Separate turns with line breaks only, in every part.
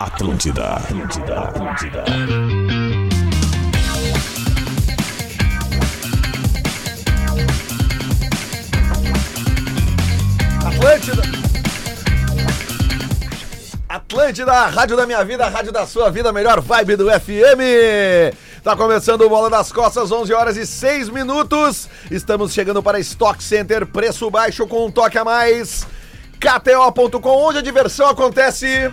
Atlântida, Atlântida, Atlântida.
Atlântida. Atlântida, a rádio da minha vida, a rádio da sua vida, a melhor vibe do FM. Tá começando o Bola das Costas, 11 horas e 6 minutos. Estamos chegando para Stock Center, preço baixo com um toque a mais. KTO.com, onde a diversão acontece.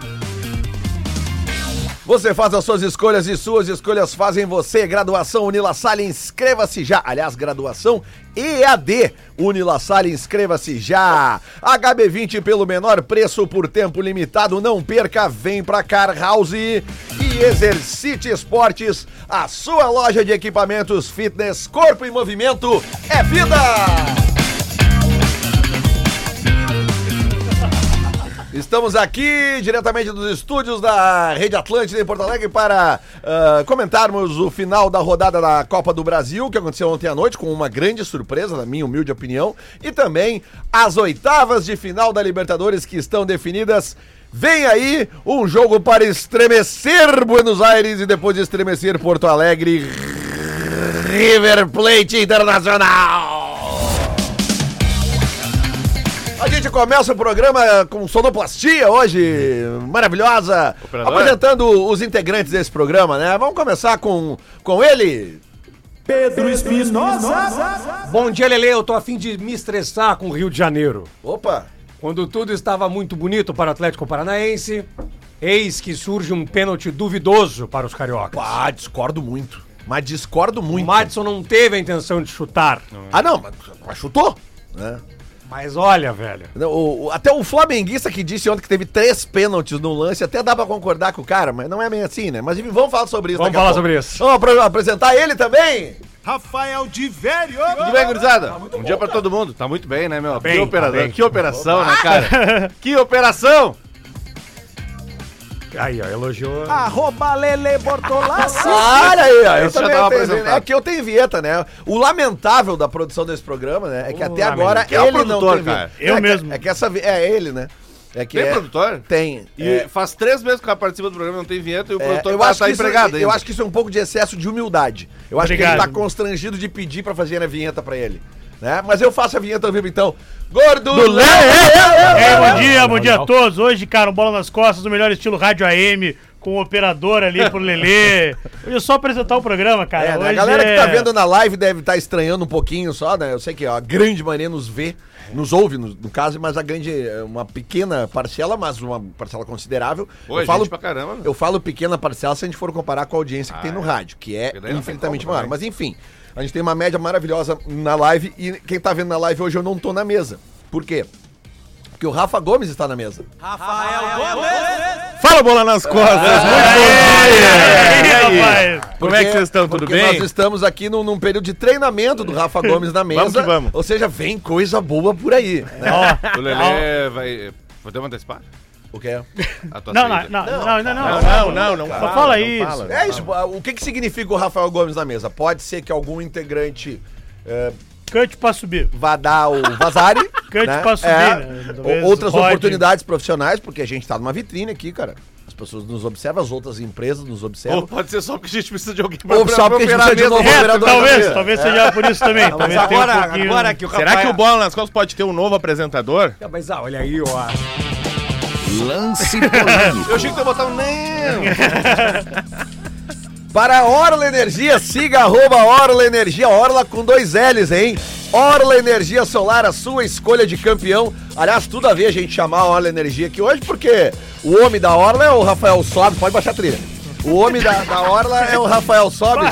Você faz as suas escolhas e suas escolhas fazem você. Graduação Unila Salle, inscreva-se já. Aliás, graduação EAD Unila Salle, inscreva-se já. HB20 pelo menor preço por tempo limitado. Não perca, vem pra Car House e Exercite Esportes, a sua loja de equipamentos fitness, corpo e movimento é vida. Estamos aqui diretamente dos estúdios da Rede Atlântida em Porto Alegre para ah, comentarmos o final da rodada da Copa do Brasil, que aconteceu ontem à noite, com uma grande surpresa, na minha humilde opinião, e também as oitavas de final da Libertadores que estão definidas. Vem aí um jogo para estremecer Buenos Aires e depois de estremecer Porto Alegre. River Plate Internacional! A gente começa o programa com sonoplastia hoje, maravilhosa.
Operador?
Apresentando os integrantes desse programa, né? Vamos começar com, com ele.
Pedro Espinosa.
Bom dia, Lele. Eu tô a fim de me estressar com o Rio de Janeiro.
Opa!
Quando tudo estava muito bonito para o Atlético Paranaense, eis que surge um pênalti duvidoso para os cariocas.
Ah, discordo muito. Mas discordo
O
muito.
Madison não teve a intenção de chutar.
Ah, não, mas, mas chutou. Né?
Mas olha, velho.
Não, o- o- até o flamenguista que disse ontem que teve três pênaltis no lance, até dá pra concordar com o cara, mas não é bem assim, né? Mas enfim, vamos falar sobre isso.
Vamos
daqui a
falar
pouco.
sobre isso.
Vamos apro- apresentar ele também.
Rafael de Velho.
Tudo bem, gurizada? um dia pra todo mundo. Tá muito bem, né, meu?
bem,
que,
tá
operador,
bem.
que operação, né, cara? que operação!
Aí, ó, elogiou.
Ah,
Arroba Lele Bortolassi.
Olha aí, ó, eu
Esse já
também
tava
tenho,
apresentado.
é que eu tenho vinheta, né? O lamentável da produção desse programa, né? É que
O
até agora
Que é o
ele não
produtor,
tem vinheta.
cara.
é
Eu
que-
mesmo.
é que essa vi- é ele, né? É que
Tem
é-
produtor?
Tem.
E
É,
faz três meses que ela participa do programa, não tem vinheta e o
é,
produtor
eu
tá,
acho
tá
que isso-
empregado
eu
ainda.
acho que isso é um pouco de excesso de humildade. Eu acho que ele
Obrigado.
tá constrangido de pedir pra fazer a vinheta pra ele. Né? Mas eu faço a vinheta ao vivo, então. Gordo! Léo!
É, bom dia, bom dia a todos. Hoje, cara, um bola nas costas, o melhor estilo rádio AM, com o operador ali pro Lelê. Hoje é só apresentar o programa, cara.
É, né?
Hoje
A galera que
é-
tá vendo na live deve estar estranhando um pouquinho só, né? Eu sei que ó, a grande maioria nos vê, nos ouve, no, no caso, mas a grande, é, uma pequena parcela, mas uma parcela considerável.
Pô,
eu,
é gente
falo,
pra caramba, né? Ah,
eu falo pequena parcela se a gente for comparar com a audiência que tem no rádio, que é
Porque daí não tem
infinitamente
como,
maior.
né?
Mas enfim, a gente tem uma média maravilhosa na live e quem tá vendo na live hoje eu não tô na mesa. Por quê? Porque o Rafa Gomes está na mesa.
Fala bola nas
Ah, é,
costas, muito bom
Aê,
dia!
aê,
É, E aí?
É, rapaz.
Como é que vocês estão? Tudo
porque
bem?
Nós estamos aqui num, num período de treinamento do Rafa Gomes na mesa.
Vamos que vamos.
Ou seja, vem coisa boa por aí. né?
Ó,
O Lelê vai... Podemos antecipar?
O que é?
A tua
não, não,
saída.
não, não, não, não.
Não, não, não
Só fala isso.
É isso. O que, que significa o Rafael Gomes na mesa? Pode ser que algum integrante eh,
Cante pra subir.
vá dar o vazare.
Cante
né?
pra subir, né?
É,
Talvez
ou- outras
rode.
oportunidades profissionais, porque a gente tá numa vitrine aqui, cara. As pessoas nos observam, as outras empresas nos observam.
Ou pode ser só porque a gente precisa de alguém pra,
Ou só porque a gente precisa de um novo
É,
operador.
talvez, talvez seja por isso também.
mas
Talvez tenha um
agora,
pouquinho-
agora que o rapaz...
Será que o Bola nas Costas pode ter um novo apresentador?
Ah, Mas ah, olha aí, ó.
Lance polêmico.
Eu achei que tu ia botar um... Não!
Para a Orla Energia, siga arroba Orla Energia, Orla com dois L's, hein? Orla Energia Solar, a sua escolha de campeão. Aliás, tudo a ver a gente chamar a Orla Energia aqui hoje, porque o homem da Orla é o Rafael Sobes, pode baixar a trilha. O homem da, da Orla é o Rafael Sobes.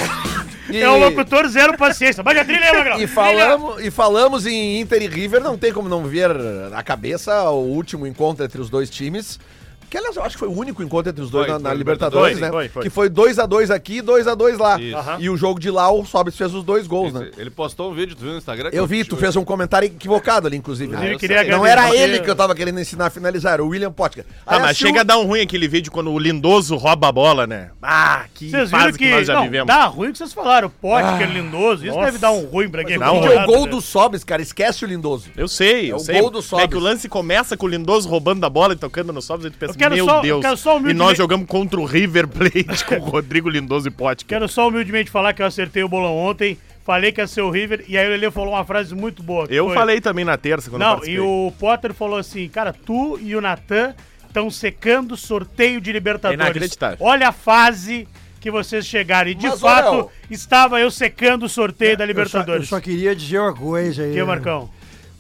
E,
É um locutor zero paciência. Baixa a trilha, Magrão.
e,
Trilha.
falamos, e falamos em Inter e River, não tem como não ver na cabeça o último encontro entre os dois times. Que, aliás, eu acho que foi o único encontro entre os dois
Foi,
na, na
foi,
Libertadores,
foi,
né?
foi, foi.
Que foi 2 a 2 aqui e 2 a 2 lá.
Isso.
E o jogo de lá, o Sobis fez os dois gols, né?
Ele postou um vídeo, tu viu no Instagram?
Eu vi, tu fez um comentário equivocado ali, inclusive. né?
Inclusive,
eu
queria
sei.
Não
agradecer-
era ele que eu tava querendo ensinar a finalizar, era o William Potker.
Ah,
é
mas chega a dar um ruim aquele vídeo quando o Lindoso rouba a bola, né? Ah, que
Vocês viram que,
nós já
não,
vivemos.
dá ruim o que vocês falaram. O pote que é lindoso. Isso deve dar um ruim pra quem
Mas o
Porque o é
acompanhado,
gol
né?
do Sobis, cara, esquece o Lindoso.
Eu sei,
É
eu
o
sei.
gol do
É que
Sobs.
o lance começa com o Lindoso roubando a bola e tocando no Sobs e tu pensa,
Eu quero
Meu
só-
Deus.
quero só
e
humildemente-
nós jogamos contra o River Plate com o Rodrigo Lindoso e Pote.
Quero só humildemente falar que eu acertei o bolão ontem, falei que ia ser o River, e aí o Lelê falou uma frase muito boa. que
Eu
foi-
falei também na terça quando
Não,
participei.
e o Potter falou assim, cara, tu e o Natan estão secando sorteio de Libertadores.
É inacreditável.
Olha a fase que vocês chegaram. E de
Mas, ô,
fato,
Léo-
estava eu secando o sorteio
Eu só,
da
eu
Libertadores.
só queria dizer uma coisa aí.
Que, Marcão?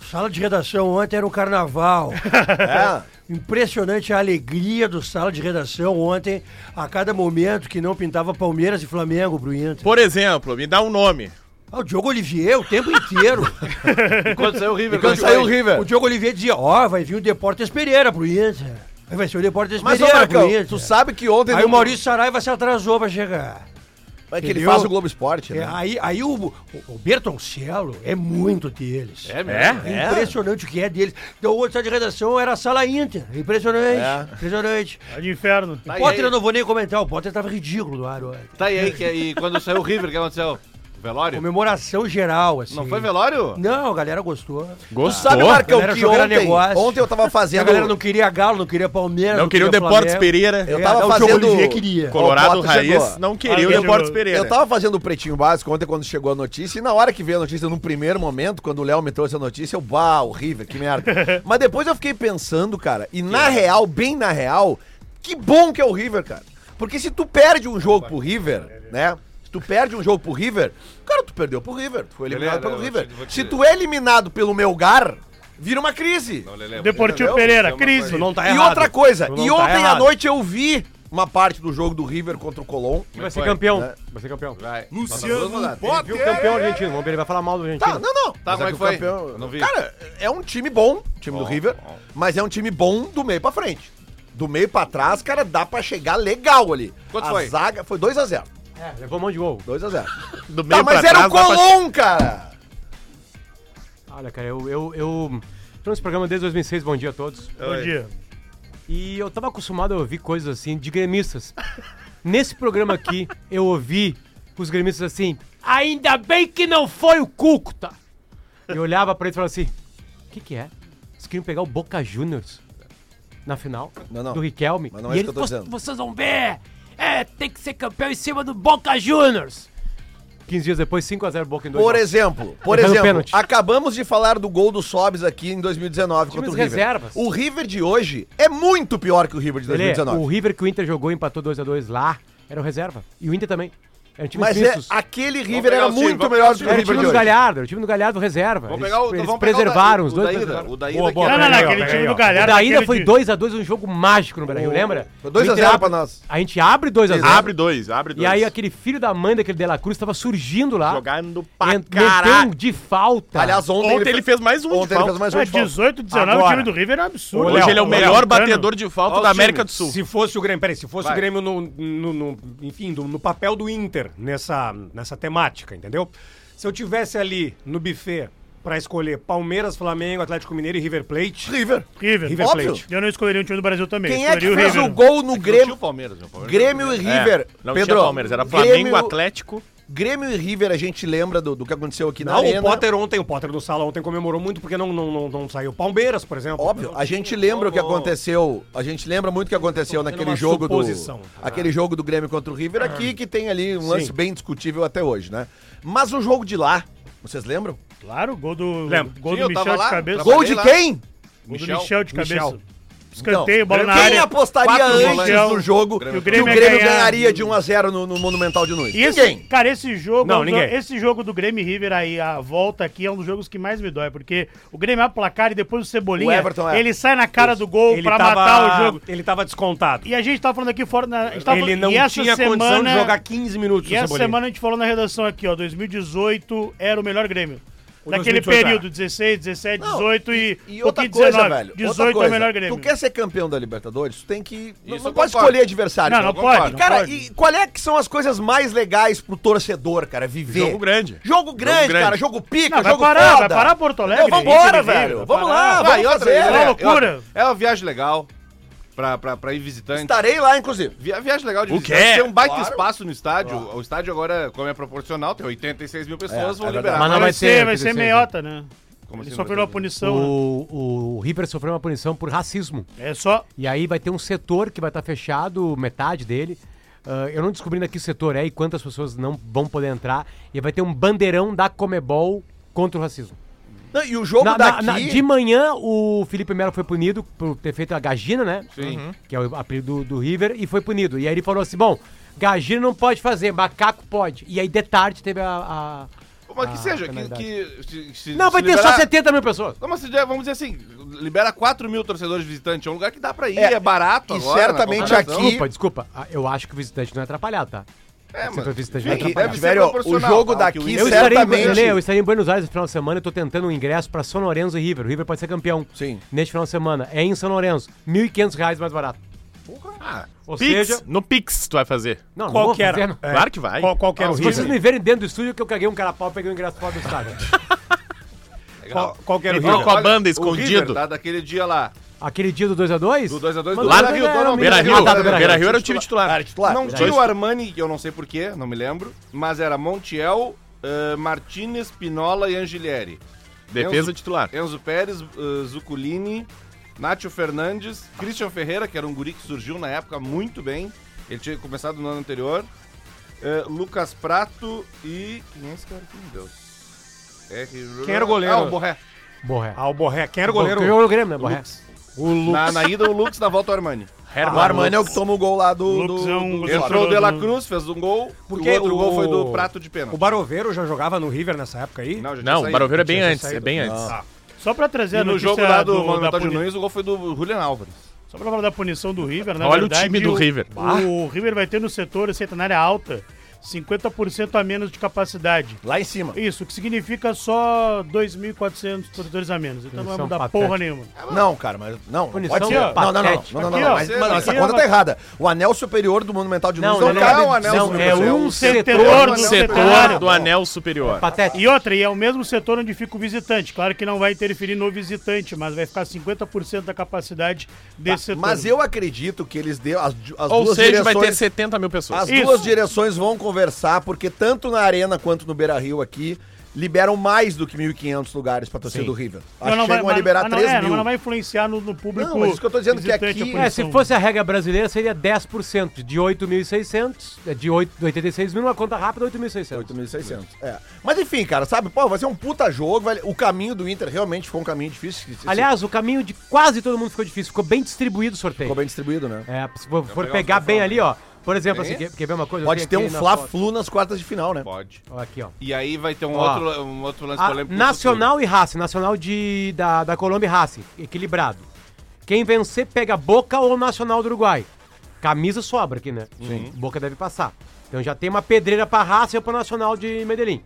Sala de redação ontem era um carnaval.
É.
Impressionante a alegria do sala de redação ontem, a cada momento que não pintava Palmeiras e Flamengo pro Inter.
Por exemplo, me dá um nome.
Ah, o Diogo Olivier o tempo inteiro.
É
Quando saiu o River,
Quando saiu o River.
o Diogo Olivier dizia, ó, vai vir o Deportes Pereira pro Inter. Aí vai ser o Deportes
Mas, ô
Pereira pro
Marcão,
Inter.
tu sabe que ontem...
é né? Aí o Maurício Saraiva se atrasou pra chegar.
É que ele
entendeu?
faz o Globo Esporte,
É,
né?
aí aí o, o, o Bertoncello é muito deles.
É mesmo?
É impressionante o que é deles. Então, o outro site de redação era a sala Inter. Impressionante.
É.
Impressionante.
É de inferno.
O
Tá aí,
Potter eu
aí.
não vou nem comentar. O Potter tava ridículo no ar. olha.
Tá aí, aí, que aí quando saiu o River, o que aconteceu? Velório?
Comemoração geral, assim.
Não foi velório?
Não, a galera gostou.
Tu
Gostou?
sabe, Marcão,
Galera
que
achou que era
ontem,
negócio.
ontem eu tava
E a
fazendo...
galera não queria Galo, não queria Palmeiras.
Não queria o Deportes Pereira.
Eu
Eu
tava
tava O Diogo
fazendo-
Olivier queria.
Colorado
Ó, o Potter
Raiz
chegou.
não queria
Ah,
o
ele
Deportes
chegou.
Pereira.
Eu tava fazendo o Pretinho Básico ontem quando chegou a notícia, e na hora que veio a notícia, num primeiro momento, quando o Léo me trouxe a notícia, eu, bah, horrível, que merda. Mas depois eu fiquei pensando, cara, e na
é.
real, bem na real, que bom que é o River, cara. Porque se tu perde um jogo pro River, né? Se tu perde um jogo pro River, cara, tu perdeu pro River, tu foi eliminado
Beleza,
pelo
eu te-
River.
vou te-
Se tu é eliminado pelo Melgar, vira uma crise.
Não, Lelê,
Deportivo
entendeu?
Pereira,
Isso é uma
crise.
coisa-
Não tá
e
errado.
outra coisa,
Não
e
tá
ontem à
errado.
noite eu vi uma parte do jogo do River contra o Colom.
Vai ser
Foi,
campeão.
né?
Vai ser campeão.
Vai.
rodadas.
Luciano
Viu o
Potter.
campeão argentino? Vamos ver, ele vai falar mal do argentino.
Tá, não, não.
Tá, como é que
o
foi?
campeão-
Eu não vi.
Cara, é um time bom, time do River, mas é um time bom do meio pra frente. Do meio pra trás, cara, dá pra chegar legal ali.
Quanto
a
foi?
zaga foi 2x0.
É, levou um monte de gol.
2x0.
Do
Tá,
meio
mas
pra
era o
trás, dá pra-
Colom, cara.
Olha,
É,
cara, eu, eu, eu tô nesse programa desde 2006, bom dia a todos.
Bom dia.
E eu tava acostumado a ouvir coisas assim de gremistas. Nesse programa aqui, eu ouvi os gremistas assim, ainda bem que não foi o Cúcuta. Eu olhava pra eles e falava assim, o que que é? Eles queriam pegar o Boca Juniors na final
Não, não.
do Riquelme.
Mas não é isso
eles,
que eu tô
"Vo-
dizendo."
Vocês vão ver, é, tem que ser campeão em cima do Boca Juniors. 15 dias depois, 5x0 Boca em
um.
dois
Por
jogos.
exemplo, por
Errando
exemplo,
pênalti.
acabamos de falar do gol do Sobs aqui em 2019
Times
contra o River.
reservas.
O River de hoje é muito pior que o River de
é
Lelê,
2019.
O River que o Inter jogou e empatou 2x2 lá, era o reserva. E o Inter também. Era um time
Mas é,
mistos.
aquele River
pegar
era
o time,
muito
vamos
melhor que o
pegar o time.
Era o
River
time
de
do
hoje.
Galhardo, era o time do Galhardo reserva.
Vamos
eles
pegar o- vamos
eles
pegar o da-
preservaram
o
os dois.
da ida,
preservaram.
o da ida
Boa,
que
boa,
era
Não, não, não,
Aí, ó,
aquele
pega
time
aí,
do
ó.
O
Galhardo.
da ida
aquele
foi
dia.
2x2, um jogo mágico no Brasil, lembra?
foi 2 a
O Inter
0
abre-
pra nós.
A gente abre 2x0.
Abre dois, abre dois.
E aí aquele filho da mãe daquele De La Cruz tava surgindo lá.
Jogando pra
ent- meteu um
caralho.
de falta.
Aliás, ontem,
Tá. Ontem ele fez mais um de
Ontem ele
falta.
fez mais um
Ah,
de falta.
18, 19, o
Agora.
time do River é um absurdo.
Hoje
Léo,
ele é o
ô,
melhor
Léo,
batedor de
um.
falta
Olha o
da
time.
América do Sul.
Se fosse o Grêmio, peraí, se fosse
Vai.
o Grêmio no, no- no- enfim, no, no papel do Inter nessa, nessa temática, entendeu? Se eu tivesse ali no buffet pra escolher Palmeiras, Flamengo, Atlético Mineiro e River Plate,
River.
River.
River
Óbvio.
Plate.
Eu não escolheria um time do Brasil também.
Quem é que
escolheria
fez o
River.
gol no
Não tinha
Grêmio?
o Palmeiras, meu Palmeiras.
Grêmio e
É,
River.
não
Pedro,
tinha Palmeiras, era Flamengo,
Grêmio,
Atlético.
Grêmio e River, a gente lembra do, do que aconteceu aqui na
não,
Arena.
o Potter ontem, o Potter do Sala ontem comemorou muito porque não, não, não, não saiu Palmeiras, por exemplo.
Óbvio, a gente lembra o que aconteceu, a gente lembra muito o que aconteceu naquele
uma
jogo do
suposição.
tá?
aquele jogo do Grêmio contra o River aqui
Uhum.
que tem ali um lance bem discutível até hoje, né? Mas o jogo de lá, vocês lembram?
Claro, gol do,
Lembro.
gol
Sim,
do
eu tava
Michel de
lá,
cabeça.
tava-
Gol
Trabalhei
de
lá.
quem?
Gol do
Michel.
Michel de cabeça.
Michel.
Escanteio, bola na
Então, quem
área.
apostaria
Quatro
antes
volantes.
do jogo
Que
que
o
o
Grêmio
Grêmio,
ia ganhar.
ganharia de 1 a 0 no, no Monumental de Nunes?
E esse,
Ninguém.
Cara, esse jogo, é
Não,
um
ninguém.
jogo- esse jogo do Grêmio e River aí, a volta aqui, é um dos jogos que mais me dói, porque o Grêmio abre o placar e depois o Cebolinha,
O Everton é.
ele sai na cara do gol
Ele
pra
tava-
matar o jogo.
Ele tava descontado.
E a gente tava falando aqui fora, na, a gente tava
Ele
falando-
não
e
tinha
essa
condição de
semana-
jogar 15 minutos
E
o
essa
Cebolinha.
semana a gente falou na redação aqui, ó, 2018 era o melhor Grêmio. Naquele
2018
período, 16, 17,
Não,
18 e,
E outra
pouquinho
coisa,
19.
velho. outra
18 é o
coisa,
melhor Grêmio.
Tu quer ser campeão da Libertadores, tu tem que. não-
Isso
não
eu
pode
concordo.
escolher adversário.
Não, não
Eu
pode,
concordo.
não
Cara,
pode.
e qual é que são as coisas mais legais pro torcedor, cara? Viver.
Jogo grande.
Jogo grande,
grande.
cara. Jogo pica,
Não, vai
jogo
parar,
foda.
vai parar Porto Alegre,
Não, vambora,
Inter e
velho.
River, vai
vamos
parar.
lá,
Vai,
vamos
e outra
fazer.
vez, né?
loucura.
É uma viagem legal pra, pra, pra ir visitante.
Estarei lá, inclusive.
Vi- A viagem legal de
O
visitante
quê?
tem um baita
Claro.
espaço no estádio. O estádio agora, como é proporcional, tem 86 mil pessoas,
É,
vão
é verdade.
liberar.
Mas não
vai
vai
ser,
ter,
vai
que
ser
seja.
meiota, né?
Como
Ele
assim,
sofreu uma punição.
O, o River sofreu uma punição por racismo.
né? É só.
E aí vai ter um setor que vai estar fechado, metade dele. Ah, eu não descobri ainda que setor é e quantas pessoas não vão poder entrar. E vai ter um bandeirão da Comebol contra o racismo.
Não, e o jogo
Na- na-
daqui...
na- de manhã, o Felipe Melo foi punido por ter feito a Gagina, né?
Sim.
Que é o apelido do, do River, e foi punido. E aí ele falou assim: bom, Gagina não pode fazer, macaco pode. E aí de tarde teve a. a-
Mas que
Ah,
seja, que,
penalidade.
que se- se-
Não,
se
vai ter
liberar-
só 70 mil pessoas.
Não, mas se der, vamos dizer assim, libera 4 mil torcedores visitantes, é um lugar que dá pra ir,
É,
é, barato
e
agora. na
certamente
comparação.
aqui-
Desculpa, desculpa. Ah, Eu acho que o visitante não é atrapalhado, tá?
É,
Sempre
mas...
tá
visitante
É
vai
que,
atrapalhar.
deve ser
velho, o
proporcional,
jogo
tá? O que o
daqui
Inter-
Eu estarei, em, Buenos-
certamente...
Lê, eu estarei em Buenos Aires no final de semana e tô tentando um ingresso pra São Lourenço e River. O River pode ser campeão.
Sim.
Neste final de semana. É em São Lourenço. R$ 1.500 mais barato. Ou
Pix,
seja,
no Pix tu vai fazer.
não, não vou
Qualquer.
fazer, não.
é,
Claro que vai.
qual, qualquer
Se
horrível.
vocês me verem dentro do estúdio que eu caguei um carapau e peguei um ingresso fora do estádio.
Qual, qualquer
Ele com
horrível.
a banda
O River,
escondido.
tá? Daquele dia lá.
Aquele dia do 2x2?
Do 2x2 do
Mas não
Beira
era-
Rio,
era
não,
um
Beira Rio.
Ah, tá, do
Beira Rio era o time titular.
Não
Verdade.
tinha o Armani, que eu não sei porquê, não me lembro, mas era Montiel, eh, Martinez, Pinola e Angilieri.
Defesa titular.
Enzo Pérez, eh, Zuculini, Nátio Fernandes, Christian Ferreira, que era um guri que surgiu na época muito bem. Ele tinha começado no ano anterior. eh, Lucas Prato e. Quem é esse cara aqui, meu Deus? É que-
Quem era o goleiro?
Ah, o Borré.
Borré.
Ah, o Borré. Quem era o
Borré
goleiro?
jogou no Grêmio, né, Borré?
O Lu...
Na, na ida, o Lux, na volta, o Armani.
O Armani é o que toma o gol lá do...
Lucas é um
do...
goleador.
Entrou o De La Cruz, fez um gol.
Porque
o outro
o-
gol foi do Prato de pênalti.
O Baroveiro já jogava no River nessa época aí?
já tinha
Não, o
saído.
Baroveiro é bem
Tinha
antes, é
saído.
bem antes.
Só pra trazer
E
a
no
notícia
jogo lá do,
da
Monumental de
puni-
Nunes, o gol foi do Julian Álvares.
Só pra falar da punição do River, na
Olha o
verdade,
time do River.
O River vai ter no setor centenária alta 50% a menos de capacidade.
Lá em cima.
Isso, o que significa só 2.400 torcedores a menos. Então não vai
Punição
mudar
patética.
porra nenhuma.
Não, cara, mas não, não
Punição
pode ser.
patética.
Não, não, não, não, não, não, não,
Aqui, ó,
mas, mas
aqui,
essa
ó,
conta tá
mas-
errada. O anel superior do Monumental de Nunes
Não,
não
não,
cabe
não,
em
não,
cima
é
do céu.
um
setor
setor
do
do
Setor
centenário.
do anel superior.
Patético.
E outra, e é o mesmo setor onde fica o visitante. Claro que não vai interferir no visitante, mas vai ficar 50% da capacidade desse setor.
Mas eu acredito que eles deu as, ju- as
Ou
duas
seja, vai
direções.
ter 70 mil pessoas.
As
Isso.
duas direções vão conversar, porque tanto na Arena quanto no Beira Rio aqui liberam mais do que 1.500 lugares pra torcida do River. Acho
Mas
que chegam a
mas-
liberar
mas não,
3
é,
mil.
Não, não vai influenciar no, no público.
Não, mas isso que eu tô dizendo, que
visitante,
aqui-
a
É,
punição.
se fosse a regra brasileira, seria 10%. De 8.600, é, de 8, 86 mil, uma conta rápida, 8.600.
8.600. É. Mas enfim, cara, sabe? Pô, vai ser um puta jogo. vai- O caminho do Inter realmente foi um caminho difícil. que-
Aliás, o caminho de quase todo mundo ficou difícil. Ficou bem distribuído o sorteio.
ficou bem distribuído, né?
É, se for, for pegar bem ali, ó. Por exemplo, assim, quer, quer ver uma coisa? Eu
É Pode ter
tenho
um
aqui na foto.
Fla-Flu nas quartas de final, né?
Pode.
Ó, Aqui, ó.
E aí vai ter um,
Ó.
outro, um outro lance
Ah,
polêmico. no
nacional e Racing. Nacional de, da, da Colômbia e Racing. Equilibrado. Quem vencer pega Boca ou Nacional do Uruguai. Camisa sobra aqui, né? Sim. Boca deve passar. Então já tem uma pedreira pra Racing ou pro Nacional de Medellín.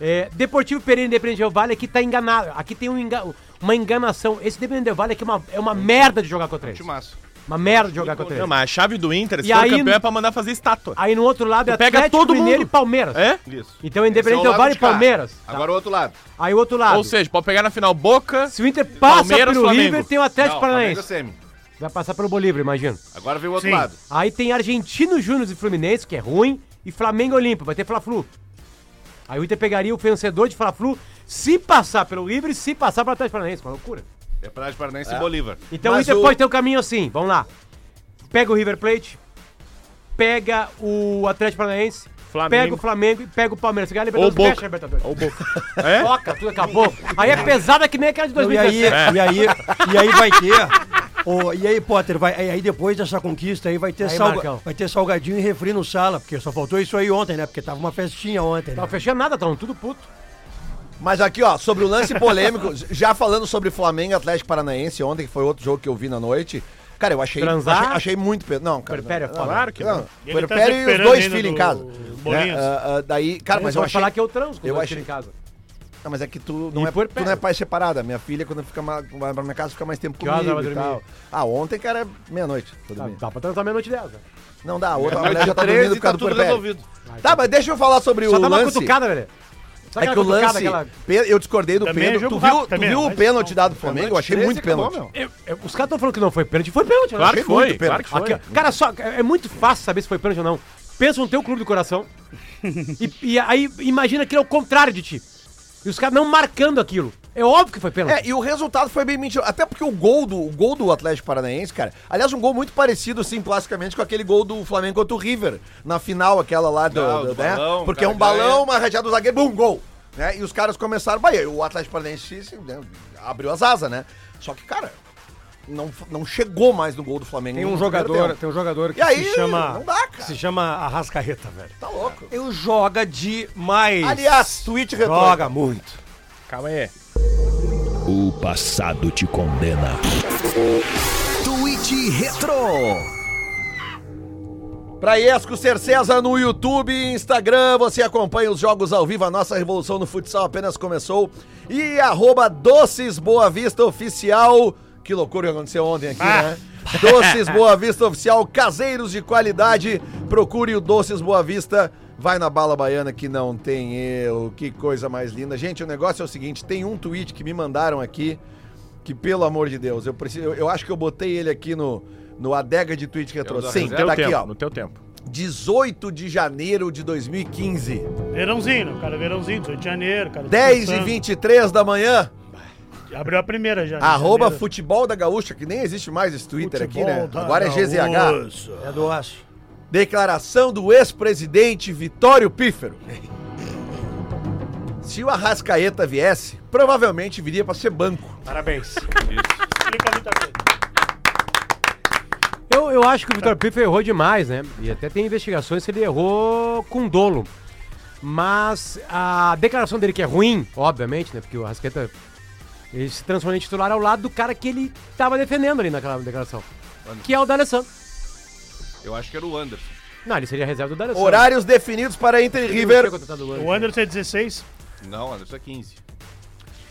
É, Deportivo Pereira e Independente Del Vale aqui tá enganado. Aqui tem um enga- uma enganação. Esse Independente Del Vale aqui é uma, é uma merda de jogar
futuro.
contra eles.
Timaço.
Uma merda de jogar contra
Não,
eles.
mas a chave do Inter, se
E
for
aí-
campeão, é pra mandar fazer estátua.
Aí no outro lado é
Tu pega todo
Mineiro
mundo.
e Palmeiras.
É?
Isso.
Então
Esse
Independente
é o
Del
lado
Vale e
de cá.
Palmeiras.
Agora o outro lado.
Aí o outro lado.
Ou seja, pode pegar na final Boca.
Se o Inter passa
Palmeiras,
pelo
Flamengo.
River, tem o Atlético
Não, Flamengo é
Paranaense.
semi.
Vai passar pelo Bolívar, imagino.
Agora vem o outro
Sim.
lado.
Aí tem Argentino Júnior e Fluminense, que é ruim, e Flamengo e Olímpio, vai ter Fla-Flu. Aí o Inter pegaria o vencedor de Fla-Flu se passar pelo River e se passar pelo Atlético Paranaense, uma loucura.
É Atlético Paranaense e Bolívar.
Então
Mas
o Inter
o-
pode ter um caminho assim, vamos lá. Pega o River Plate, pega o Atlético Paranaense,
Flamengo.
pega o Flamengo e pega o Palmeiras. Se ganhar a Libertadores,
Ou Boca.
fecha a Libertadores.
Ou Boca.
Foca, tudo acabou. Aí é pesada que nem aquela de
Não, e aí,
2017.
e aí, e aí vai ter. ô, e aí, Potter, vai, aí- aí depois dessa conquista aí vai ter,
Aí,
salga-
Marcão.
vai ter salgadinho e refri no sala, porque só faltou isso aí ontem, né? Porque tava uma festinha ontem. né?
Não Tá fechando nada, tão tudo puto.
Mas aqui, ó, sobre o lance polêmico, já falando sobre Flamengo e Atlético Paranaense ontem, que foi outro jogo que eu vi na noite. Cara, eu achei,
Transar?
achei, achei muito... pe- Não, cara.
Perpério é
não,
foda.
Claro que não.
Ele tá
Perpério e os
recuperando
dois
ainda
filhos em
do
casa.
Bolinhas.
Né? Ah, ah, daí, cara, mas eu
É, vou
achei...
falar que eu transo quando
eu
eu chego
achei-
em casa.
Ah, mas é que tu não,
E
é,
por
tu
pé.
não é pai separada. Minha filha, quando fica ma- vai pra minha casa, fica mais tempo
Que horas
comigo
ela
e
vai
tal.
dormir? Ah, tá.
Ah, ontem, cara, meia-noite. tô
Dá,
dormindo.
dá pra transar meia-noite 10, né?
Não dá, a outra a
Noite
mulher já tá
13
dormindo por
tá
causa do
tudo
Perpério.
resolvido.
Tá, mas deixa eu falar sobre
Só
o
dá uma
lance.
cutucada, velho. Sabe
É que o
Tá aquela cutucada,
lance,
aquela-
pe- eu discordei do
Também é
pênalti.
jogo
tu
rápido
viu, tu
também,
né?
viu o
mas
pênalti dado pro Flamengo? Eu achei muito pênalti.
Eu- eu- os caras estão falando que não foi pênalti. Foi pênalti, né?
Claro que
Achei muito
foi,
pênalti.
claro que foi.
Aqui, ó. cara, só, é é muito fácil saber se foi pênalti ou não. Pensa no teu clube do coração. e, e aí imagina que é o contrário de ti. E os caras não marcando aquilo. É óbvio que foi pênalti.
É, e o resultado foi bem mentiroso. Até porque o gol do, o gol do Atlético Paranaense, cara. Aliás, um gol muito parecido, assim, plasticamente, com aquele gol do Flamengo contra o River. Na final, aquela lá do.
Ah,
do-
do
né?
balão,
porque é
o
um
cara
balão,
ganha.
uma rajada do zagueiro, bum, gol. Né? E os caras começaram. Bahia, o Atlético Paranaense se- né, abriu as asas, né? Só que, cara, não, não chegou mais no gol do Flamengo.
Tem
no
um
primeiro
jogador,
tempo.
tem um jogador que
E aí,
se chama.
não dá, cara.
Se chama Arrascarreta, velho.
Tá louco.
Eu joga demais.
Aliás, tweet retorno.
joga muito.
Calma aí.
O passado te condena.
Twitch Retro. Pra Iesco Ser César no YouTube e Instagram, você acompanha os jogos ao vivo. A nossa revolução no futsal apenas começou. E arroba Doces Boa Vista Oficial. Que loucura que aconteceu ontem aqui, né? Doces Boa Vista Oficial, caseiros de qualidade. Procure o Doces Boa Vista. Vai na bala baiana que não tem erro. Que coisa mais linda. Gente, o negócio é o seguinte: tem um tweet que me mandaram aqui que pelo amor de Deus, eu preciso, eu, eu acho que eu botei ele aqui no no adega de tweet retro.
da
Sim,
reserva.
Teu
tá
tempo,
aqui, ó.
no teu tempo.
18 de janeiro de 2015,
Verãozinho, cara, verãozinho, 18 de janeiro, cara.
10 e
descansando.
23 da manhã,
Abriu a primeira já. né?
arroba futebol da gaúcha, que nem existe mais esse Twitter aqui, né? Agora
tá
é GZH.
É do aço.
Declaração do ex-presidente Vitório Pífero. Se o Arrascaeta viesse, provavelmente viria pra ser banco.
Parabéns.
Explica muita coisa.
Eu, eu acho que o Vitor Piffer errou demais, né? E até tem investigações que ele errou com dolo. Mas a declaração dele, que é ruim, obviamente, né? Porque o Rasqueta ele se transformou em titular ao lado do cara que ele tava defendendo ali naquela declaração. Que é o D'Alessandro.
Eu acho que era o Anderson.
Não, ele seria reserva do D'Alessandro.
Horários definidos para Inter e
Ele não tinha
River.
contratado o
O
Anderson.
Anderson é 16.
Não, Anderson é 15.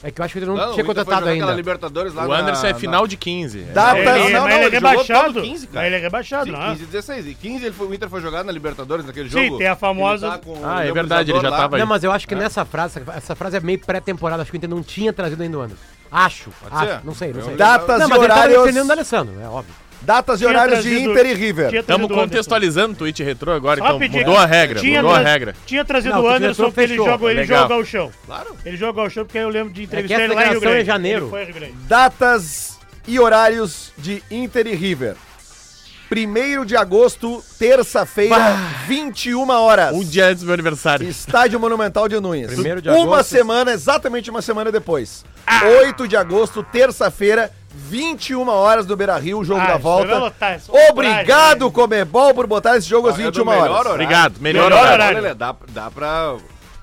É que eu acho que ele não,
o
tinha
Inter foi
contratado
jogar aquela
ainda.
Libertadores lá
O Anderson
Tá na-
é final de 15. É.
Datas
Ele,
não,
mas ele é
ele jogou
rebaixado.
todo 15, cara.
mas ele é rebaixado,
Sim,
né?
não.
15 e 16. E 15 ele foi, o Inter foi jogar na Libertadores naquele
Sim,
jogo.
tem a
Ele
famosa-
tá com o
Ah, é verdade, ele já
Libertador lá.
tava aí.
Não, mas eu acho que nessa frase, essa- essa frase é meio pré-temporada, acho que o Inter não tinha trazido ainda o Anderson. Acho, acho,
ser.
não sei, não
Eu
sei.
lembro-
Datas
Não,
e
mas ele tava
horários.
defendendo o D'Alessandro, é óbvio.
Datas e
Tinha
horários de
trazido-
Inter e River.
Tinha
Estamos
trazido o Anderson.
contextualizando o tweet retrô agora,
Só
então
pedir-
mudou a regra.
Tinha
Mudou a
tra-
regra.
Tinha trazido
Não,
o
o
Anderson
diretor
porque ele
fechou.
joga, ele
Legal.
joga o chão.
Claro.
Ele joga o chão porque eu lembro de entrevistar
essa
ele lá em Rio
declaração
Grande.
é janeiro.
Ele foi a Rio Grande.
Datas e horários de Inter e River. 1 de agosto, terça-feira, 21 horas.
Um dia antes do meu aniversário.
Estádio Monumental de Nunes.
1º de
Uma
agosto.
semana, exatamente uma semana depois. 8 de agosto, terça-feira, 21 horas do Beira Rio, jogo
Ah,
da
isso vai
volta.
lotar, isso é uma
Obrigado, Comebol, por botar esse jogo às 21 horas.
é.
Obrigado, melhor
Melhor
horário.
horário.
Olha, dá, dá pra.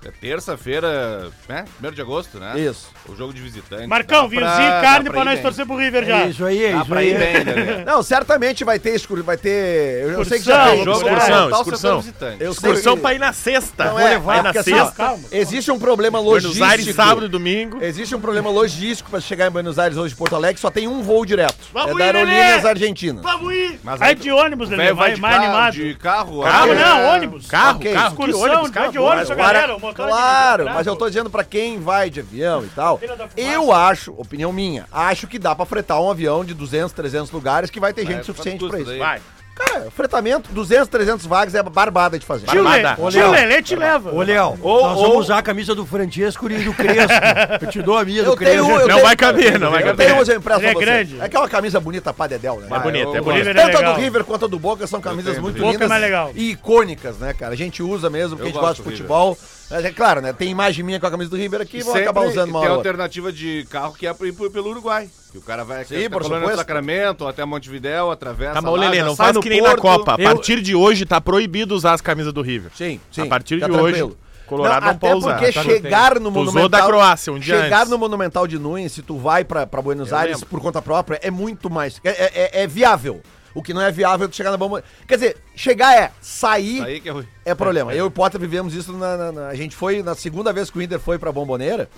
É terça-feira, né? 1 de agosto, né?
Isso.
O jogo de visitante.
Marcão,
Dá
vinhozinho
dá
e carne pra
ir
nós
bem.
torcer pro River já.
É isso aí, é
Dá
isso
pra
aí.
ir bem, né?
Não, certamente vai ter escuro, vai ter. Eu, eu sei que já
Excursão,
tem.
jogo,
Excursão,
é
excursão,
tal,
excursão.
visitante.
Eu sei
Excursão
que-
pra ir na sexta.
Não, é,
vai na
porque assim,
sexta.
ó, existe um problema
Buenos
logístico.
Aires, sábado e domingo.
Existe um problema logístico para chegar em Buenos Aires hoje de Porto Alegre, só tem um voo direto.
Vamos
é da
ir, Lelê!
Aerolíneas Argentinas.
Vamos ir.
Mas
Vai
aí-
de ônibus, Lelê,
Velho,
vai
de
mais
carro,
animado.
De
Carro,
carro,
Carro
aí,
não,
é-
ônibus.
Carro,
ok.
carro, que
Excursão,
ônibus,
vai
carro.
de ônibus, a
Agora-
galera. o motor
claro,
de-
mas eu tô dizendo para quem vai de avião e tal.
Filha da fumaça.
Eu acho, opinião minha, acho que dá para fretar um avião de 200, 300 lugares que vai ter gente
é,
suficiente
quanto
para
custa
isso.
Vai.
daí?
Cara, fretamento, 200, 300 vagas é barbada de fazer.
Tio
Armada.
Lelê, tio Lelê te leva.
Ô, Léo,
Ou-
nós vamos
ou-
usar a camisa do Francesco e do Crespo. Eu te dou a minha
Eu
do Crespo.
tenho, eu
Não
tenho-
vai caber, não vai
Eu
caber.
tenho hoje impresso
Ele é
pra você.
grande.
É que é uma camisa bonita pra Dedel, né?
É
cara?
bonito, é
eu-
bonito.
River é
Tanto a
legal.
do River quanto a do Boca são camisas
tenho
muito
do River.
lindas
Boca é mais legal.
e icônicas, né, cara? A gente usa mesmo porque
Eu
a gente gosta de
gosto do
futebol. Mas é claro, né? Tem imagem minha com a camisa do River aqui,
E
vão acabar
sempre
usando uma hora.
tem a
ou outra.
alternativa de carro que é pra ir pro- pelo Uruguai. Que o cara vai aqui
Sim,
até
por
a Colônia do
supuesto.
Sacramento, ou até Montevidéu, atravessa
Tá, mas ô,
lá,
Lelê,
já
não
sai
faz
no
que nem na
Porto.
Copa. A
Eu-
partir de hoje tá proibido usar as camisas do River.
Sim, sim.
A partir
Fica
de hoje,
tranquilo.
Colorado
não,
não pode
até
usar.
porque
Tá, tá,
chegar no
Tu usou
Monumental...
da Croácia um dia
Chegar
antes.
no Monumental de Nunes, se tu vai pra, pra Buenos
Eu
Aires
lembro.
por conta própria, é muito mais... É, é- é viável. O que não é viável é tu chegar na bomba... Quer dizer, chegar é sair...
Aí que é ruim.
É problema. Eu e o Potter vivemos isso na, na- na- A gente foi, na segunda vez que o Inter foi pra Bomboneira,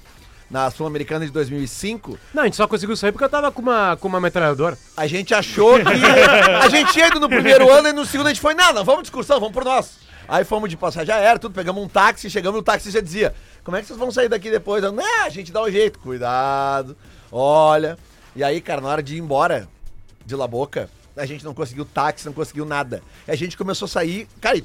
na Sul-Americana de 2005,
Não, a gente só conseguiu sair porque eu tava com uma, com uma metralhadora.
a gente achou que. A gente tinha ido no primeiro ano e no segundo a gente foi, não, não vamos discussão, vamos por nós. Aí fomos de passagem aérea, tudo, pegamos um táxi, chegamos e o táxi já dizia: Como é que vocês vão sair daqui depois? Eu, não, a gente dá um jeito, cuidado, olha. E aí, cara, na hora de ir embora de La Boca, a gente não conseguiu táxi, não conseguiu nada. E a gente começou a sair, cara, e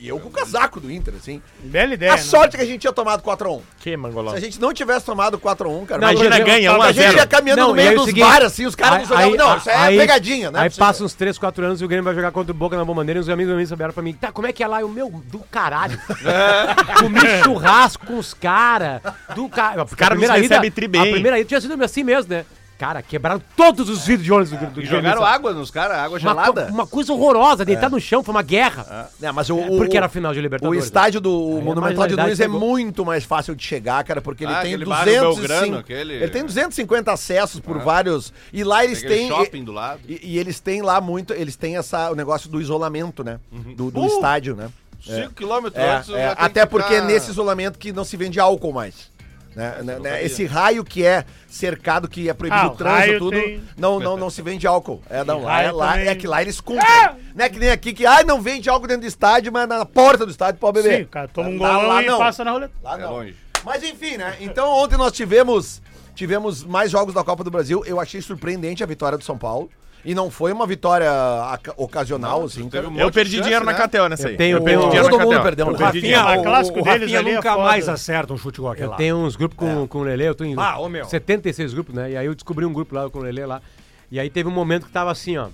e eu com o casaco do Inter, assim.
Bela ideia.
a
né?
sorte é que a gente tinha tomado 4x1.
Que
Se
mangolão.
a gente não tivesse tomado 4x1, cara,
Não,
Imagina,
Não,
ganha
um
não,
1
a
a
gente
0
ia caminhando
Não,
no
e aí é
meio
o
dos
seguinte,
bares, assim, os caras
aí-
nos olhavam. Não,
aí-
isso aí,
aí-
é pegadinha, né?
Aí passa uns 3, 4 anos e o Grêmio vai jogar contra o Boca na Boa Maneira e os amigos meus souberam pra mim, tá, como é que é lá? E o meu, do caralho.
É.
Comi churrasco com os caras, do cara. Os
caras nos recebem tri bem.
A primeira ida tinha sido assim mesmo, né? Cara, quebraram todos os vidros de ônibus do, do
E
do
jogaram
Grêmio,
água nos caras, água
sabe? uma,
gelada.
co- uma coisa horrorosa, deitar no chão, foi uma guerra.
É, mas o, o-
Porque era a final de
O
Libertadores. né?
estádio do
a
Monumental de Nunes
marginalidade
é
pegou.
muito mais fácil de chegar, cara, porque ele
Ah,
tem
aquele bairro
205,
Belgrano, aquele- Ah.
Ele tem 250 acessos por vários e lá eles
Aquele
têm
shopping do lado.
E, e eles têm lá muito, eles têm essa o negócio do isolamento, né?
Uhum.
Do,
Uh!
do estádio, né?
5 km
É,
antes.
é,
já tem
até
que
porque é
ficar-
nesse isolamento que não se vende álcool mais. Né? Né, né, Esse raio que é cercado, que é proibido
Ah,
o
o
trânsito,
raio
tudo,
tem-
não, não, não se vende álcool. É, não,
E
lá, é,
raio
lá,
também- Ah!
é que lá eles cumprem. Não é que nem aqui que, ai, não vende álcool dentro do estádio, mas na porta do estádio pode beber.
Sim, cara, toma um
Lá-
golão
lá
e
não.
passa na roleta.
Lá
É
não.
longe.
Mas enfim, né? Então ontem nós tivemos tivemos mais jogos da Copa do Brasil. Eu achei surpreendente a vitória do São Paulo. E não foi uma vitória aca- ocasional, assim.
Teve
cara.
um monte
Eu
de
perdi
chance,
dinheiro na
né?
Catel nessa aí.
tenho-
eu perdi
eu-
dinheiro
todo
na
mundo
Catel.
perdeu,
Eu
né?
perdi dinheiro.
Ah, clássico deles ali é
nunca
foda.
mais acerta um chute igual aquele
Eu
lá.
tenho uns grupos com, com o Lelê, eu tô em
Ah, ô, meu.
76 grupos, né? E aí eu descobri um grupo lá com o Lelê lá. E aí teve um momento que tava assim, ó.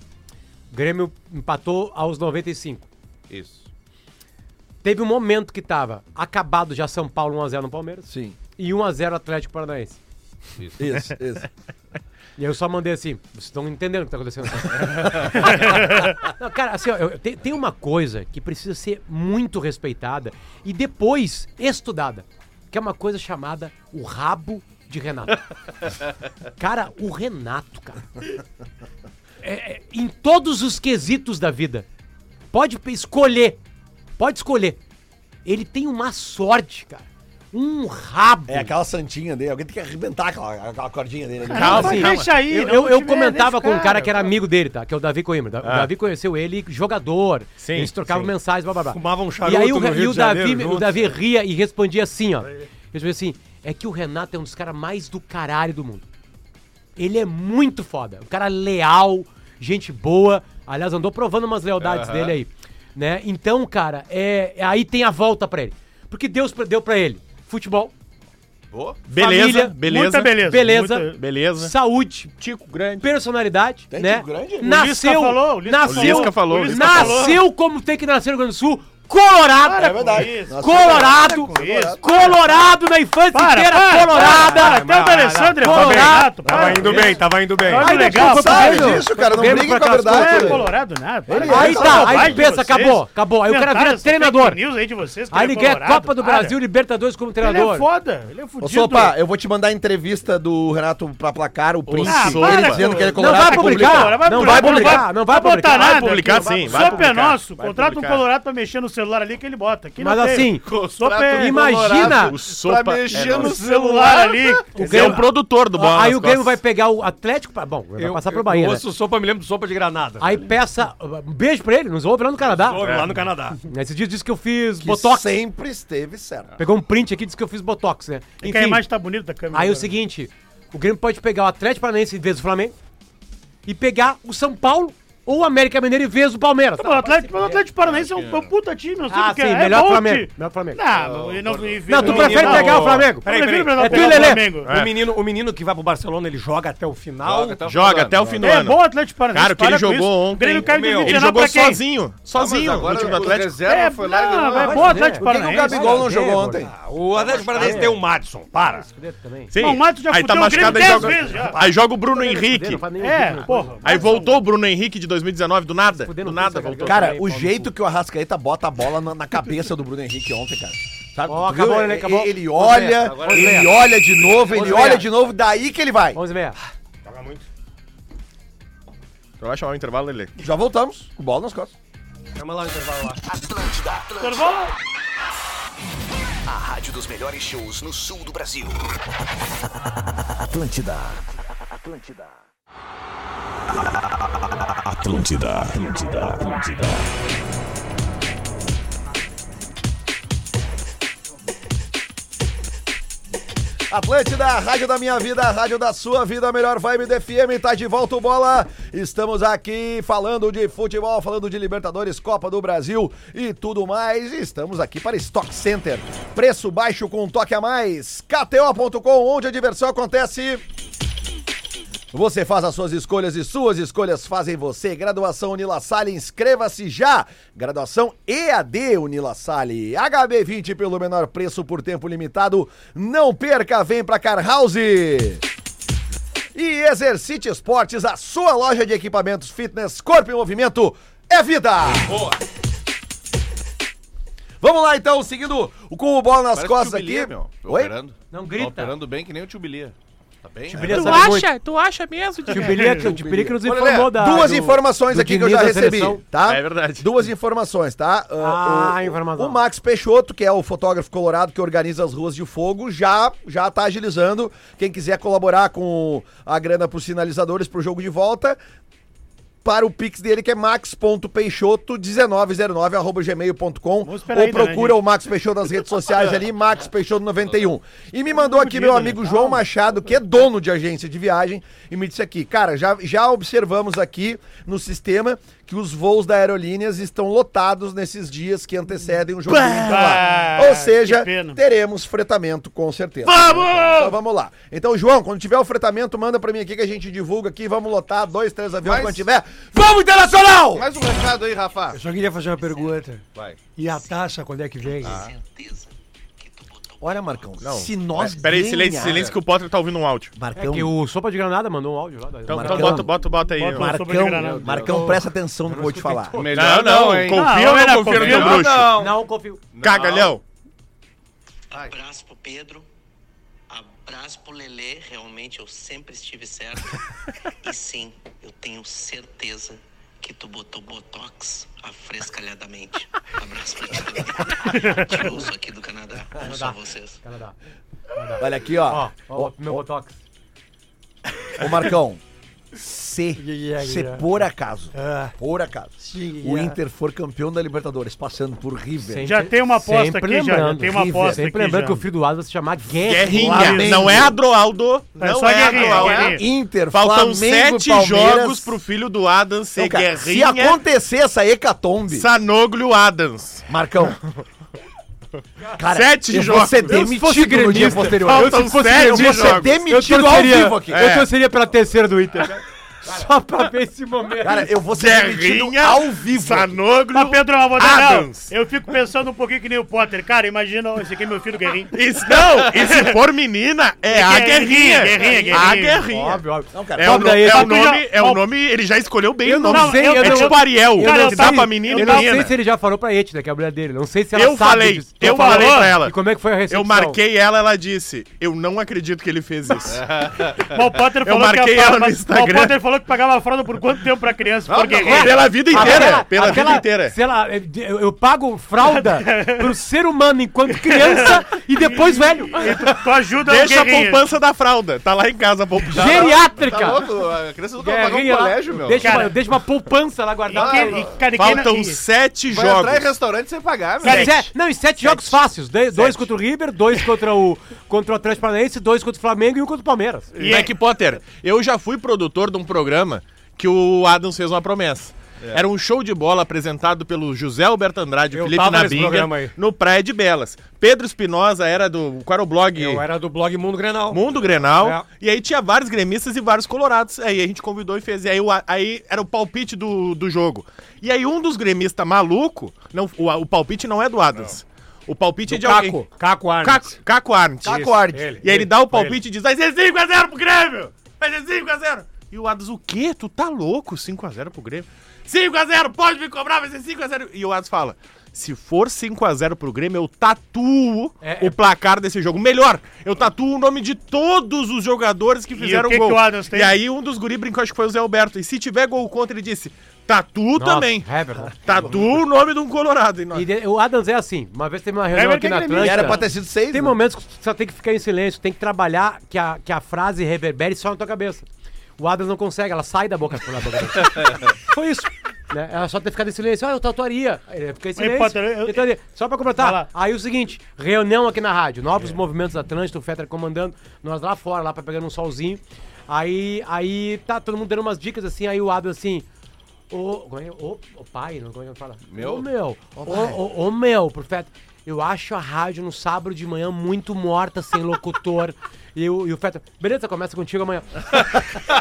Grêmio empatou aos 95.
Isso.
Teve um momento que tava acabado já São Paulo 1x0 no Palmeiras. Sim. E 1x0 Atlético Paranaense.
Isso, isso.
E aí eu só mandei assim, vocês estão entendendo o que tá acontecendo. Não, cara, assim, ó, eu- eu- tem, tem uma coisa que precisa ser muito respeitada e depois estudada, que é uma coisa chamada o rabo de Renato. cara, o Renato, cara. é- é- em todos os quesitos da vida, pode pe- escolher, pode escolher. Ele tem uma sorte, cara. Um rabo.
É aquela santinha dele. Alguém tem que arrebentar aquela, aquela cordinha dele. ali.
Ah,
Calma,
assim,
deixa aí.
Eu,
não
eu- eu
tiver,
comentava
deixa,
com um cara que era amigo dele, tá? Que é o Davi Coimbra. Da-
Ah.
O Davi conheceu ele jogador.
Sim,
eles trocavam
sim.
mensagens, blá blá blá.
Fumavam um
E
charuto
aí o,
no
Re-
Rio
e o
de
Davi,
Janeiro juntos.
o Davi ria e respondia assim, ó. Ele dizia assim: é que o Renato é um dos caras mais do caralho do mundo. Ele é muito foda. Um cara leal, gente boa. Aliás, andou provando umas lealdades dele aí. Né? Então, cara, é, aí tem a volta pra ele. Porque Deus pra- deu pra ele futebol,
Boa.
Beleza,
Família,
beleza.
Muita beleza.
beleza,
muita-
Beleza.
saúde,
Tico grande.
personalidade,
Tem
né?
tipo grande?
O Lisca
Nasceu,
falou, o Lisca
falou. O
nasceu,
Lisca falou, o Lisca
nasceu como tem que nascer no Rio Grande do Sul, colorado.
É verdade.
Isso.
Nossa,
Colorado,
com isso.
colorado na infância
Para,
inteira,
para,
colorada.
para, Até o Alexandre
Colorado.
Renato.
Tava indo bem, tava indo bem.
Olha
Aí depois
legal.
foi pro
sabe?
Grêmio.
isso, cara, não
Grêmio
brinque
pra
com a
aquelas
verdade,
coisas.
Não é
velho.
colorado nada.
Ele-
Aí
Essa
tá,
bobagem
aí
de
pensa,
vocês.
acabou, acabou. Aí o cara
Inventaram
vira
essa
treinador.
fake news aí de vocês, que
Aí
ele é
ele ganha a
colorado,
Copa do
para.
Brasil, Libertadores como
Ele é
treinador.
foda, ele é
Ô,
fudido.
Sopa, eu vou te mandar a entrevista do Renato pra placar, o Prince,
para,
ele dizendo
pô.
que ele é
Não
Não
colorado.
vai
tá
publicar,
Vai
não vai
publicar,
publicar, não vai
botar
publicar.
nada.
Vai publicar,
aqui,
sim, vai
Sopa é
publicar.
nosso.
Vai
Contrata um
publicar.
colorado pra mexer no celular ali que ele bota. Aqui
Mas
não tem.
assim,
Sopa é
imagina,
O sopa
pra
é
mexer
nosso.
no
o celular
celular.
ali.
Ele é o produtor do bola.
aí
nas
o Grêmio vai
costas.
pegar o Atlético, pra- bom, vai passar pro Bahia,
Eu
né?
ouço sopa, me lembro de sopa de granada.
Aí peça. Um beijo pra ele, nos ouve lá no Canadá.
Sopa, lá no Canadá.
Nesse dia disse que eu fiz
Que
Botox.
sempre esteve certo.
Pegou um print aqui e disse que eu fiz Botox, né?
É que a imagem tá bonita da câmera.
aí é o
agora.
seguinte: o Grêmio pode pegar o Atlético Paranaense em vez do Flamengo e pegar o São Paulo ou o América Mineiro em vez do Palmeiras.
Tá bom, o Atlético, mas o Atlético Paranaense é um, é um puta time, não sei
Ah,
o que
sim,
é.
melhor
é bom
Flamengo,
time.
melhor Flamengo.
Não, não, não,
Não, tu prefere pegar o Flamengo?
Peraí, peraí.
Peraí, peraí.
É tu e
pegar o
Lelê.
Flamengo.
um
O menino, o menino que vai pro Barcelona, ele joga até o final.
Joga, tá
Joga
falando.
até o fim do
É
ano.
bom o Atlético Paranaense.
Cara, o que ele
para com
jogou
isso.
ontem,
O Grêmio caiu de
meu, ele
Ele
29
jogou
pra quem?
sozinho. Sozinho.
Mas agora
no time do
o
Atlético.
reserva
É,
foi lá e
não,
ganhou.
é
Ah,
bom o Atlético
Por que que o
O
Paranaense.
Gabigol não
é,
jogou
agora.
ontem.
O Atlético Paranaense tem o Madison, para.
Sim.
Não, o Matos já
aí tá
fudeu o Grêmio
machucado, aí
10
joga-
vezes já.
Aí joga o Bruno
né?
Henrique.
É, porra.
Aí voltou o Bruno Henrique de 2019, do nada.
Fudendo
Do
tudo,
nada
essa
voltou.
garganta.
Cara,
Também,
o
pau no
jeito que o Arrascaeta bota a bola na, na cabeça do Bruno Henrique ontem, cara. Sabe?
Ó,
Tu viu?
acabou, né? Acabou.
Ele olha,
Agora
ele
ele
olha de novo, ele
Vamos
olha
ver.
de novo, daí que ele vai.
11 e meia.
Tu vai chamar o intervalo, Lelê.
Já voltamos, com bola nas costas.
Chama lá o intervalo lá.
Intervalo.
A rádio dos melhores shows no sul do Brasil.
Atlântida. Atlântida. Atlântida, Atlântida, Atlântida.
Atlântida, a rádio da minha vida, a rádio da sua vida, a melhor vibe da FM, tá de volta o bola. Estamos aqui falando de futebol, falando de Libertadores, Copa do Brasil e tudo mais. Estamos aqui para Stock Center. Preço baixo com um toque a mais. KTO.com, onde a diversão acontece. Você faz as suas escolhas e suas escolhas fazem você. Graduação Unila Salle, inscreva-se já. Graduação EAD Unila Salle. HB20 pelo menor preço por tempo limitado. Não perca, vem pra Car House. E Exercite Esportes, a sua loja de equipamentos fitness, corpo em movimento, é vida! Vamos lá então, seguindo com o bola nas
Parece
costas
o Tio Bilia,
aqui.
meu. Tô
Oi?
operando.
Não grita.
Tô operando bem que nem o Tio Bilia. Tá bem?
Tio
né?
Bilia
Tu
sabe muito.
acha? Tu acha mesmo?
Tio
Diego?
Bilia que, Tio Bilia que nos
Olha,
informou da.
duas
do-
informações
do
aqui que eu
Diniz
já
da
recebi,
seleção.
tá?
É verdade.
Duas informações, tá? Ah,
Ah,
o-
informação.
O Max Peixoto, que é o fotógrafo colorado que organiza as ruas de fogo, já já tá agilizando. Quem quiser colaborar com a grana pros sinalizadores pro jogo de volta, para o Pix dele, que é max.peixoto1909.gmail.com ou
esperar ainda, né,
procura
gente?
o Max Peixoto nas redes sociais ali, Max Peixoto91. E me mandou aqui meu amigo João Machado, que é dono de agência de viagem, e me disse aqui, cara, já, já observamos aqui no sistema que os voos da aerolíneas estão lotados nesses dias que antecedem o jogo lá. Ou
que
seja,
pena.
teremos fretamento com certeza. Então
Vamos!
vamos lá. Então, João, quando tiver o fretamento, manda pra mim aqui que a gente divulga aqui. Vamos lotar dois, três aviões
Mas-
quando tiver. Vamos, Internacional!
Mais um recado aí, Rafa.
Eu só queria fazer uma pergunta.
Vai.
E a taça, quando é que vem?
Olha, Marcão, se nós.
Peraí, silêncio, silêncio, que o Potter tá ouvindo um áudio.
É
Marcão,
que o Sopa de Granada mandou um áudio lá. da-
Então, então
Marcão.
bota, bota, bota aí.
Bota
ó.
o Sopa de
Marcão,
Granada.
Marcão, presta atenção no que eu vou te falar.
Não, não,
hein?
Não,
confia ou
era
não confia no
confia,
teu
não,
bruxo?
não.
Não confio.
Cagalhão.
um Abraço pro Pedro. Abraço pro Lelê. Realmente eu sempre estive certo. e sim, eu tenho certeza que tu botou Botox afrescalhadamente. Um Abraço pra ti também. Te ouço aqui do Canadá. Ouço a vocês.
Canadá.
Olha aqui, ó.
Ó, ó, meu botox.
Ô, Marcão. Se, se por acaso,
Ah. é.
por acaso, o Inter for campeão da Libertadores, passando por River,
Já tem uma aposta aqui, já, já tem uma
River,
aposta
Sempre
aqui
lembrando
já.
que o filho do Asa vai se chamar Guerrinha.
Guerrinha.
Flamengo.
Não é Adroaldo.
É
Não
só
é
Guerrinha,
Adroaldo.
Guerrinha.
Inter,
Faltam
Flamengo,
sete
Palmeiras-
jogos pro filho do Adams ser
Não, cara, se
Guerrinha,
acontecer essa hecatombe,
Sanoglio Adams.
Marcão. Cara,
Sete
eu vou
jogos.
ser
Eu,
se fosse
demitido no dia
gremista,
posterior.
faltam
Eu, se fosse
sete
eu vou ser
jogos.
Eu
demitido ao
torceria-
vivo aqui.
É.
Então Eu torceria pela terceira do Inter. né? Só pra ver esse momento.
Cara, eu vou ser demitido
Guerrinha,
ao vivo. aqui.
Sanoglio
Mas, Pedro, eu vou
Ah,
dar não.
Adams.
Eu fico pensando um pouquinho que nem o Potter. Cara, imagina, esse aqui é meu filho Guerrinho.
Isso, não, e se for menina, é, a Guerrinha.
Guerrinha, Guerrinha,
A
Guerrinha.
Guerrinha.
Óbvio, óbvio.
Não, cara,
É o,
Pobre
no,
aí,
é o
Pobre
já-
nome, é o
Pobre.
nome, ele já escolheu bem
Eu
o
não
nome.
sei, eu
é
não-
tipo Ariel,
Cara, eu
que dá
sei-
pra menina
Eu
e
não sei
menina.
se ele já falou pra Eti, né, que é a mulher dele. Não sei se ela
Eu
sabe
falei,
disso.
eu
Tu falou?
falei pra ela.
E como é que foi a recepção?
Eu marquei ela, ela disse, eu não acredito que ele fez isso.
Mas o Potter falou
marquei
que a-
ela no
mas-
Instagram. Ah,
O Potter falou que pagava a fralda por quanto tempo pra criança? Por Guerrinha.
Pela vida inteira,
Aquela-
pela
aquela-
vida inteira.
Sei lá, eu- eu, eu pago fralda pro ser humano enquanto criança e depois velho.
Tu, tu ajuda o
Deixa a
Guerrinha.
poupança da fralda, tá lá em casa a poupança.
Geriátrica.
Tá louco? A criança nunca vai pagar um
Guerrinha lá.
colégio, meu.
Deixa, uma,
Cara.
deixa uma poupança lá
E
guardada.
que- e, cara, e quem
Faltam
não- e-
sete
Vai
jogos.
entrar em restaurante sem pagar, meu.
Cara, e se- é, não, e sete, jogos fáceis. De- dois contra o River, dois contra o, contra o Atlético Paranaense, dois contra o Flamengo e um contra o Palmeiras.
E
é-
Mac Potter, eu já fui produtor de um programa que o Adams fez uma promessa. Era um show de bola apresentado pelo José Alberto Andrade e
É. Eu
Felipe
tava nesse
Nabinga
programa aí.
no Praia de Belas. Pedro Espinosa era do. Qual era o blog?
Eu era do blog Mundo Grenal.
Mundo Grenal.
É.
E aí tinha vários gremistas e vários colorados. Aí a gente convidou e fez. E aí, o a- aí era o palpite do, do jogo. E aí um dos gremistas maluco. Não, o, o palpite não é do Adams. O palpite é de alguém.
Caco Arnes.
Caco, Caco Arndt.
Caco
Arndt. E
Arndt.
aí
Ele,
ele,
ele,
dá o
foi
palpite e diz: vai ser 5x0 pro Grêmio! Vai ser 5x0! E o Adas, o quê? Tu tá louco? 5x0 pro Grêmio? 5x0, pode me cobrar, vai ser 5x0. E o Adas fala: se for 5x0 pro Grêmio, eu tatuo
É,
o
é-
placar desse jogo. Melhor, eu tatuo o nome de todos os jogadores que fizeram
o que
gol.
que o Adams tem?
E aí um dos guri brincou, acho que foi o Zé Alberto. E se tiver gol contra, ele disse: tatuo
Nossa,
também.
É verdade.
Tatuo o nome de um colorado. E nós-
E de- o Adams é assim. Uma vez teve uma reunião
mas
aqui
é
tem
na
que lembrar.
Atlântida.
Era pra ter sido seis.
Tem
né?
momentos que só tem que ficar em silêncio, tem que trabalhar que a, que a frase reverbere só na tua cabeça. O Adams não consegue, ela sai da boca. Da boca dele. Foi isso. Né? Ela só ter ficado em silêncio. Ah, eu tatuaria. Aí Ele fica em silêncio.
Potter, eu-
ele tatuaria. Só pra completar. Aí o seguinte, reunião aqui na rádio. Novos movimentos da Trânsito, o Fetra comandando. Nós lá fora, lá pra pegar um solzinho. Aí, aí tá todo mundo dando umas dicas assim. Aí o Adam assim... Ô, como é? Ô, ô, pai, não como é que fala?
Meu?
Ô, meu. Ô,
Ô, pai.
ô, ô, meu, profeta. Eu acho a rádio no sábado de manhã muito morta, sem locutor. e, o, e o Feta, beleza, começa contigo amanhã.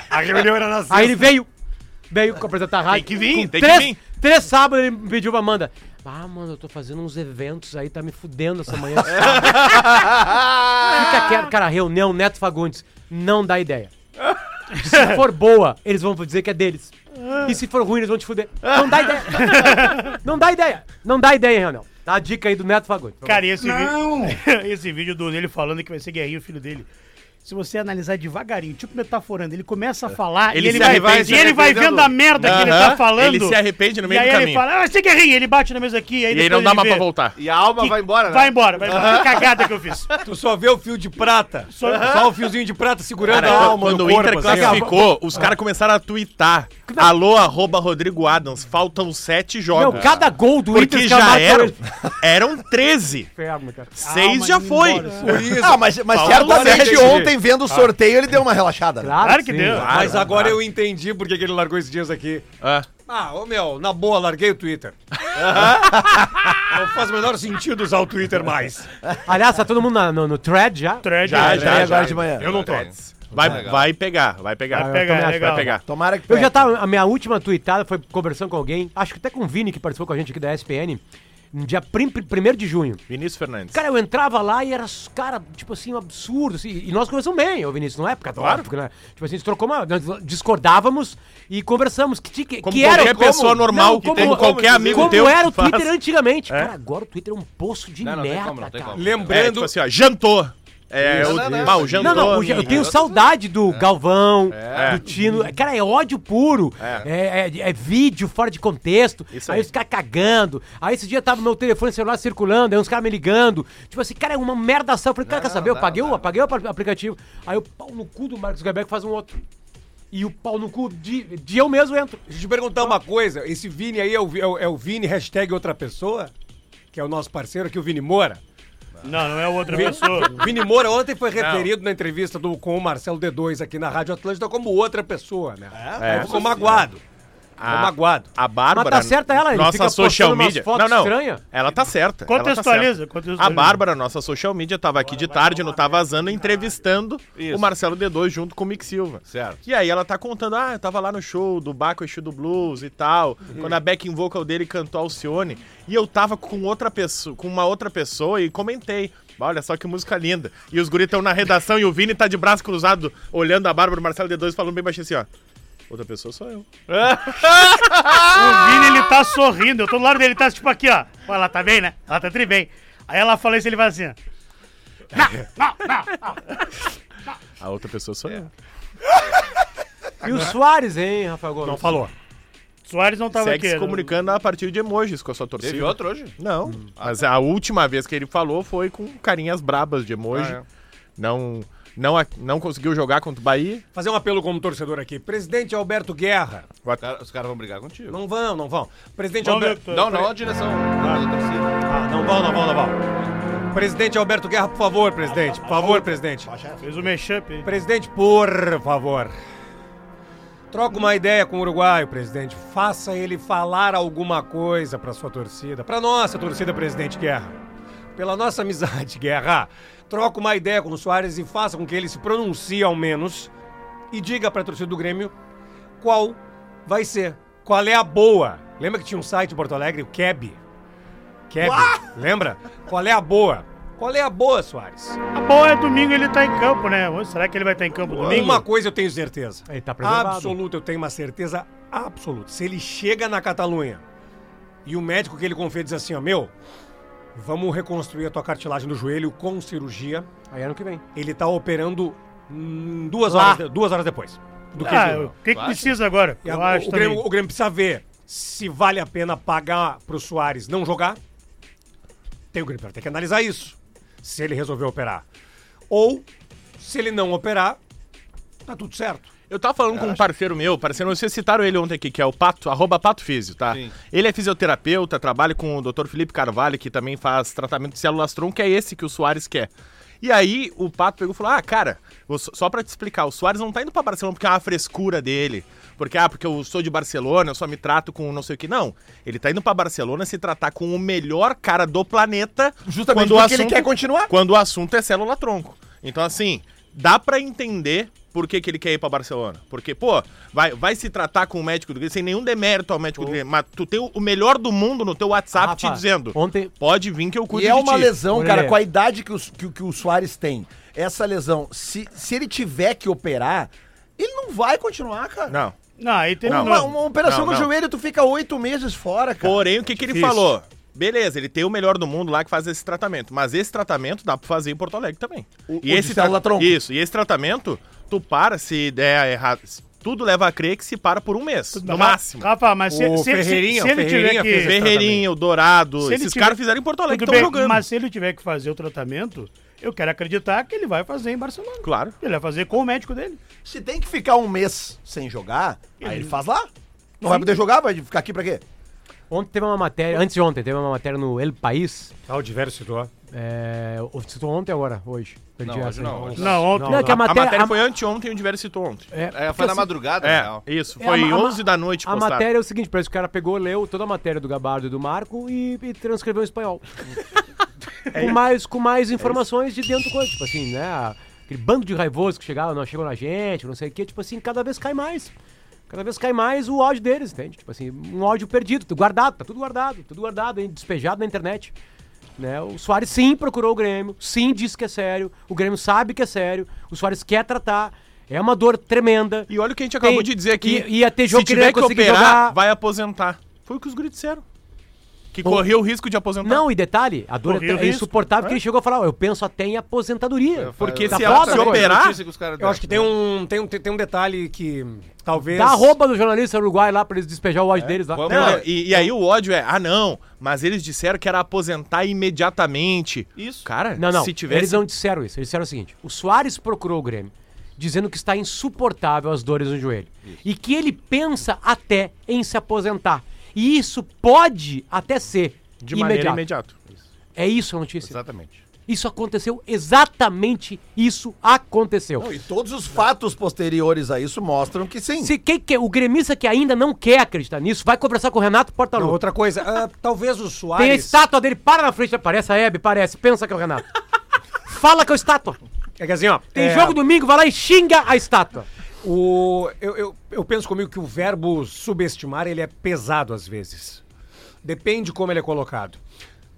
A reunião era na sexta.
Aí ele veio, veio apresentar a rádio.
que vir,
com
tem que
três,
vir.
Três sábados ele me pediu pra Amanda. Ah, mano, eu tô fazendo uns eventos aí, tá me fudendo essa manhã de sábado. Fica quieto, cara, reunião, Neto Fagundes. Não dá ideia. Se for boa, eles vão dizer que é deles. E se for ruim, eles vão te fuder. Não dá ideia. Não dá ideia. Não dá ideia, Renan. Dá a dica aí do Neto Fagundes.
Cara, e esse,
Não.
vídeo, esse vídeo do dele falando que vai ser guerrinho, o filho dele. Se você analisar devagarinho, tipo metaforando, ele começa a falar
Ele
e ele
se
vai,
arrepende,
vendo-
se
e ele vai
arrependendo.
vendo a merda que ele
Aham.
tá falando.
Ele se arrepende no meio
e
do
aí
caminho.
ele fala, ah, vai ser guerrinho, ele bate na mesa aqui. Aí
E aí
depois
não dá
ele
mais pra
vê.
voltar.
E a alma
Que-
vai embora, né?
Vai embora, vai embora.
Aham.
Que cagada que eu fiz.
Tu só vê o fio de prata. Só, só o fiozinho de prata segurando
Cara,
a alma
quando
no
o
corpo.
Inter
assim, ó.
classificou, os caras começaram a twittar. Alô, arroba Rodrigo Adams, faltam sete jogos.
Meu, cada gol do
Porque
Inter
já
escapar-
eram, eram 13. Seis já foi.
Ah, mas, mas
Faltam
certamente
sete. Ah.
ontem, vendo o sorteio, ele deu uma relaxada. né?
Claro que sim. deu.
Mas
Claro,
agora
claro.
eu entendi por que que ele largou esses dias aqui.
Ah.
Ah, ô meu, na boa, larguei o Twitter. Não faz o menor sentido usar o Twitter mais.
Aliás, tá todo mundo na- no, no thread já?
Thread,
Já, já,
agora
já.
de manhã.
Eu não tô. Vai, vai pegar, vai pegar.
Vai
Vai
pegar,
É
pegar,
legal.
vai pegar.
Tomara que
Eu já
pegue.
tava. A minha última tweetada foi conversando com alguém, acho que até com o Vini, que participou com a gente aqui da SPN, no dia 1 de junho.
Vinícius Fernandes.
Cara, eu entrava lá e era, cara, tipo assim, um absurdo. assim, e nós conversamos bem, ô Vinícius, não é? Porque claro. óbvio, né? Tipo assim, a gente trocou uma. Nós discordávamos e conversamos. Que, ti- que,
Como
que era
qualquer pessoa normal que tem com qualquer amigo
como
teu
era o
que faz.
Twitter antigamente. Cara, agora o Twitter é um poço de
Não, não tem
merda,
como, não tem
cara.
como.
É,
Lembrando,
tipo assim, ó, jantou. É,
Isso.
o,
Não, não,
pá, o
não.
jantou.
Não, não, o- eu
amigo.
tenho saudade
É.
do Galvão, do Tino. Cara, é ódio puro. É, é- é vídeo fora de contexto.
Isso
aí
aí.
os caras cagando. Aí esse dia tava meu telefone celular circulando, aí uns caras me ligando. Tipo assim, cara, é uma merda só. Eu falei, cara, quer saber? Eu paguei, o, apaguei o aplicativo. Aí o pau no cu do Marcos Gabeck faz um outro. E o pau no cu de, de eu mesmo entro.
deixa eu te perguntar uma coisa. Esse Vini aí é o, Vi- é o- é o Vini hashtag outra pessoa? Que é o nosso parceiro aqui, o Vini Moura.
Não, não é outra pessoa.
O Vini Moura ontem foi referido na entrevista do- com o Marcelo D2 aqui na Rádio Atlântida como outra pessoa, né? É, ficou magoado. Ficou
Ah.
magoado.
A Bárbara.
Mas tá certa ela, ele
Nossa
fica postando
social
umas
media. não,
fotos
não.
estranhas.
Ela tá certa.
Contextualiza,
ela tá certa.
contextualiza.
A Bárbara, nossa social media, tava aqui de tarde no Tá Vazando entrevistando
Isso.
o Marcelo D2 junto com o Mick Silva.
Certo.
E aí ela tá contando, ah, eu tava lá no show do Baco Exu do Blues e tal,
Uhum.
quando a backing vocal dele cantou Alcione, e eu tava com outra pessoa, com uma outra pessoa e comentei, "Bah, olha só que música linda. E os guris estão na redação e o Vini tá de braço cruzado, olhando a Bárbara, o Marcelo D2 falando bem baixinho assim, ó. Outra pessoa sou eu.
O Vini, ele tá sorrindo. Eu tô do lado dele, tá tipo aqui, ó. Pô, ela tá bem, né? Ela tá tri bem. Aí ela fala isso, ele vai assim, ó.
A outra pessoa sou eu.
E o Soares, hein, Rafael Gomes?
Não falou.
Soares não tava
Segue
aqui. né?
se comunicando a partir de emojis com a sua torcida.
Teve outro hoje?
Não. Ah, Mas a última vez que ele falou foi com carinhas brabas de emoji.
Ah, é.
Não. Não, a- não conseguiu jogar contra o Bahia.
Fazer um apelo como torcedor aqui. Presidente Alberto Guerra.
Os cara- os caras vão brigar contigo.
Não vão, não vão. Presidente
Vamos ver
Alberto.
o que
Não, não, a direção. da torcida.
Ah, não vão, não vão, não vão. Presidente Alberto Guerra, por favor, presidente. Por favor, presidente.
Fez o mashup aí.
Presidente, por favor. Troca uma ideia com o uruguaio, presidente. Faça ele falar alguma coisa pra sua torcida. Pra nossa torcida, presidente Guerra. Pela nossa amizade, Guerra. Troca uma ideia com o Soares e faça com que ele se pronuncie ao menos e diga pra torcida do Grêmio qual vai ser. Qual é a boa? Lembra que tinha um site em Porto Alegre, o Keb? Keb, lembra? Qual é a boa? Qual é a boa, Soares?
A boa é domingo ele tá em campo, né? Ô, Será que ele vai estar em campo domingo?
Uma coisa eu tenho certeza.
Ele tá preservado.
Absoluta, eu tenho uma certeza absoluta. Se ele chega na Catalunha e o médico que ele confia diz assim, ó, meu, vamos reconstruir a tua cartilagem do joelho com cirurgia,
Aí ano que vem.
ele tá operando hum, duas,
Lá.
horas, de- duas horas depois do que
Ah,
ele-
o que, que precisa agora?
E
Eu
agora
acho
o, Grêmio,
também.
o Grêmio precisa ver se vale a pena pagar pro Soares não jogar. Tem o Grêmio vai ter que analisar isso. Se ele resolver operar. Ou, se ele não operar, tá tudo certo.
Eu tava falando com um parceiro meu, parceiro, vocês citaram ele ontem aqui, que é o Pato, arroba Pato Físio, tá? Ele é fisioterapeuta, trabalha com o Dr. Felipe Carvalho, que também faz tratamento de células tronco, que é esse que o Soares quer. E aí o Pato pegou e falou: Ah, cara, eu só- só pra te explicar, o Soares não tá indo pra Barcelona porque é uma frescura dele. Porque, ah, porque eu sou de Barcelona, eu só me trato com não sei o que. Não. Ele tá indo pra Barcelona se tratar com o melhor cara do planeta.
Justamente
o
porque ele quer continuar.
Quando o assunto é célula tronco. Então, assim, dá pra entender por que, que ele quer ir pra Barcelona. Porque, pô, vai, vai se tratar com o médico do Grêmio, sem nenhum demérito ao médico do Grêmio. Mas tu tem o o melhor do mundo no teu WhatsApp te
Rafa,
dizendo: ontem... pode vir que eu cuido
E é
de
uma
ti.
lesão, cara, com a idade que, os- que, o- que o Soares tem. Essa lesão, se, se ele tiver que operar, ele não vai continuar, cara.
Não.
Não, aí tem
Uma, uma operação no
Não, não.
joelho, tu fica oito meses fora, cara.
Porém, o que, que ele
Difícil.
falou? Beleza, ele tem o melhor do mundo lá que faz esse tratamento. Mas esse tratamento dá pra fazer em Porto Alegre também.
o de célula tronco.
Isso, e esse tratamento, tu para se der errado. Tudo leva a crer que se para por um mês, no
Ra-
máximo.
Tá Rafa, mas se- O se- se- Ferreirinha, se o ele tiver Ferreirinha que- fez esse
Ferreirinha, o Dourado,
Se ele
esses
tiver-
caras fizeram em Porto Alegre,
Tudo
estão
bem,
jogando.
Mas se ele tiver que fazer o tratamento, eu quero acreditar que ele vai fazer em Barcelona.
Claro.
Ele vai fazer com o médico dele.
Se tem que ficar um mês sem jogar, aí ele faz lá. Não vai
Sim.
poder jogar, vai ficar aqui pra quê?
Ontem teve uma matéria, antes de ontem, teve uma matéria no El País.
Ah, o Diverso citou.
É, o- citou ontem agora, hoje. Perdi
Não,
essa
hoje não,
informação.
hoje
Não, é que a matéria, a-
foi anteontem e o Diverso citou ontem.
É, porque assim-
É,
É,
isso.
é,
Foi
a ma- a ma-
11 da noite
A matéria é o seguinte, parece que o cara pegou, leu toda a matéria do Gabardo e do Marco e, e transcreveu em espanhol.
É
com, mais, com mais informações de dentro, coisa. Tipo assim, né? Aquele bando de raivosos que chegava, não chegou na gente, não sei o quê. Tipo assim, cada vez cai mais. Cada vez cai mais o ódio deles, entende? Tipo assim, um ódio perdido, tudo guardado, tá tudo guardado, tudo guardado, hein, despejado na internet. Né? O Soares sim procurou o Grêmio, sim disse que é sério, o Grêmio sabe que é sério, o Soares quer tratar, é uma dor tremenda.
E olha o que a gente acabou de dizer aqui.
Ia ter jogo
Se tiver
ele
que
ia conseguir
operar,
jogar.
vai aposentar. Foi o que os guris disseram. Que
Bom,
correu o risco de aposentar.
Não, e detalhe, a dor é,
Corria o
é
risco,
insuportável que
é.
ele chegou a falar, ó, eu penso até em aposentadoria.
Porque
Tá
se
foda,
se
né?
operar,
Eu acho que tem um, tem, um, tem um detalhe que talvez...
É. Dá a roupa do jornalista uruguai lá pra eles despejar o
É,
ódio deles lá.
Não, e, e aí o ódio é, ah não, mas eles disseram que era aposentar imediatamente. Isso. Cara,
Não, não.
se tivesse...
Eles não disseram isso. Eles disseram o seguinte: o Soares procurou o Grêmio, dizendo que está insuportável as dores no joelho. E que ele pensa até em se aposentar. E isso pode até ser
De maneira imediata.
É isso a notícia.
Exatamente.
Isso aconteceu, exatamente isso aconteceu.
Não, e todos os fatos posteriores a isso mostram que sim.
Se quem quer, o gremista que ainda não quer acreditar nisso, vai conversar com o Renato Portaluppi.
Outra coisa, ah, talvez o Soares...
Tem a estátua dele, para na frente, parece a Hebe, parece, pensa que é o Renato. Fala que é o estátua.
É que assim, ó...
Tem
é-
jogo domingo, vai lá e xinga a estátua.
O, eu, eu, eu penso comigo que o verbo subestimar ele é pesado às vezes. Depende como ele é colocado.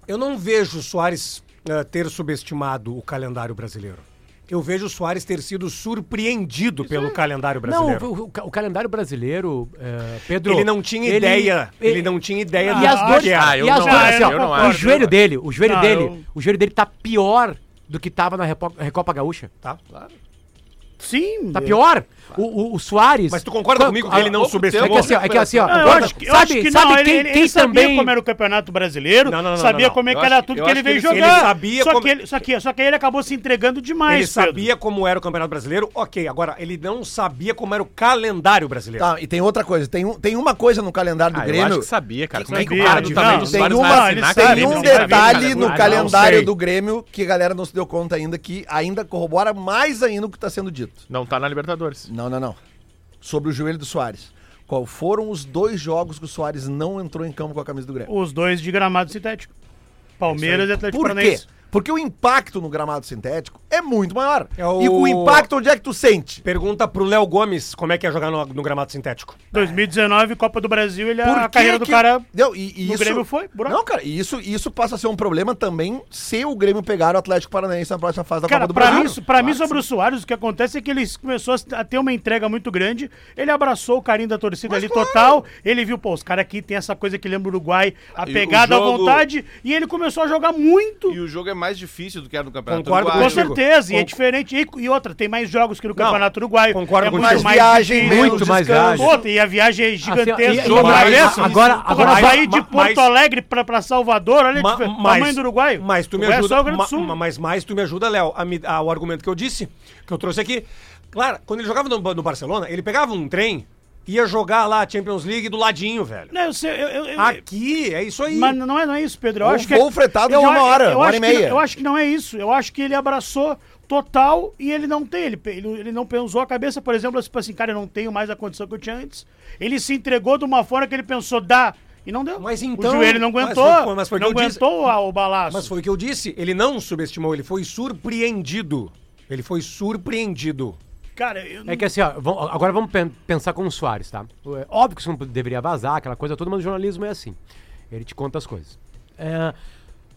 Eu não vejo o Soares eh, ter subestimado o calendário brasileiro. Eu vejo o Soares ter sido surpreendido pelo calendário brasileiro.
Não, o, o ca- o calendário brasileiro, é, Pedro.
Ele não tinha ideia, ele não tinha ideia
Ah, E
do
as
que
dores.
era.
e as
Eu não
dores,
acho,
assim, ó,
eu não
o
acho.
joelho dele, o joelho
Não,
dele,
eu-
o joelho dele tá pior do que tava na Repo- Recopa Gaúcha.
Tá,
claro.
Sim.
Tá pior? O, o, o Soares.
Mas tu concorda comigo que ele não subestimou?
É que assim, ó, é que assim, ó.
Não, Ah, eu acho que, eu
sabe,
acho que
sabe
não,
quem,
ele,
quem
ele sabia
também.
como era o Campeonato Brasileiro,
Não, não, não, não,
sabia
não, não.
como é
Eu
que era
acho-
tudo
eu
que ele
acho que
veio
ele-
jogar.
ele sabia
só,
como-
que ele, só, que, só que aí ele acabou se entregando demais,
ele
Pedro.
sabia como era o Campeonato Brasileiro, ok. Agora, ele não sabia como era o calendário brasileiro.
Tá, e tem outra coisa, tem, um, tem uma coisa no calendário do
Ah, eu
Grêmio.
acho que sabia, cara. Como é que o
Sabia,
cara do
não,
tamanho do
tem
Soares
uma-
vai assinar que
Tem
ele
é
um
não vai ver
detalhe
o calendário? Ah,
no
não
calendário
sei.
do Grêmio que a galera não se deu conta ainda, que ainda corrobora mais ainda o que está sendo dito.
Não tá na Libertadores.
Não, não, não. Sobre o joelho do Soares. Qual foram os dois jogos que o Soares não entrou em campo com a camisa do Grêmio?
Os dois de gramado sintético. Palmeiras e Atlético
É Por quê?
Paranaense.
Porque o impacto no gramado sintético é muito maior.
É o-
E com o impacto, onde é que tu sente?
Pergunta pro Léo Gomes como é que é jogar no, no gramado sintético.
2019, Copa do Brasil, ele é
Por
a
que
carreira do
é que-
cara.
Não, e, e
no
isso...
Grêmio foi, buraco.
Não, cara, e isso, isso passa a ser um problema também se o Grêmio pegar o Atlético Paranaense na próxima fase da
Cara,
Copa do
pra
Brasil.
mim, so- pra mim sobre o Soares, o que acontece é que ele começou a se- a ter uma entrega muito grande. Ele abraçou o carinho da torcida ali total. Ele viu, pô, os caras aqui tem essa coisa que lembra o Uruguai, a
E o
pegada à
jogo-
vontade. E ele começou a jogar muito.
E o jogo é mais difícil do que era no Campeonato
um-
né?
Concordo com
Uruguaio.
certeza, e é
Con-
diferente. E, e outra, tem mais jogos que no Campeonato Uruguaio. Concordo é
contigo. Mais viagem,
difícil.
menos Muito mais descanso. viagem.
Outra, e a viagem é gigantesca.
Assim, ó, e- e-
Vai,
agora-
isso,
agora-
isso.
agora
Vai
vai-
ir de
ma-
Porto
mas-
Alegre pra, pra Salvador, olha
Ma-
a diferença.
mas-
tamanho do Uruguai.
Mas tu me
Uruguai é
ajuda,
só o Rio Grande do
ma-
Sul.
ma- mas mais tu me ajuda, Léo, a me- ao argumento que eu disse, que eu trouxe aqui. Claro, quando ele jogava no, no Barcelona, ele pegava um trem e ia jogar lá a Champions League do ladinho, velho.
Não, eu sei, eu- eu- eu-
Aqui, é isso aí.
Mas não é, não é isso, Pedro. Eu
Um
acho que
voo
é-
fretado
eu
de uma
a-
hora,
eu
uma hora
acho
e
que não-
meia.
eu acho que não é isso. Eu acho que ele abraçou total e ele não tem. Ele, pe- ele, ele não pensou a cabeça, por exemplo, tipo assim, cara, eu não tenho mais a condição que eu tinha antes. Ele se entregou de uma forma que ele pensou, dá. E não deu. Mas
então-
O joelho não
mas
aguentou.
foi- mas foi o que
não
eu disse.
aguentou a- o balaço.
Mas foi o que eu disse, ele não subestimou, ele foi surpreendido. Ele foi surpreendido.
Cara, eu
É que assim, ó, vamo- agora vamos pen- pensar como o Soares, tá? É óbvio que isso não deveria vazar, aquela coisa toda, mas o jornalismo é assim. Ele te conta as coisas. É,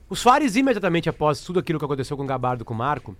o Soares, imediatamente após tudo aquilo que aconteceu com o Gabardo e com o Marco,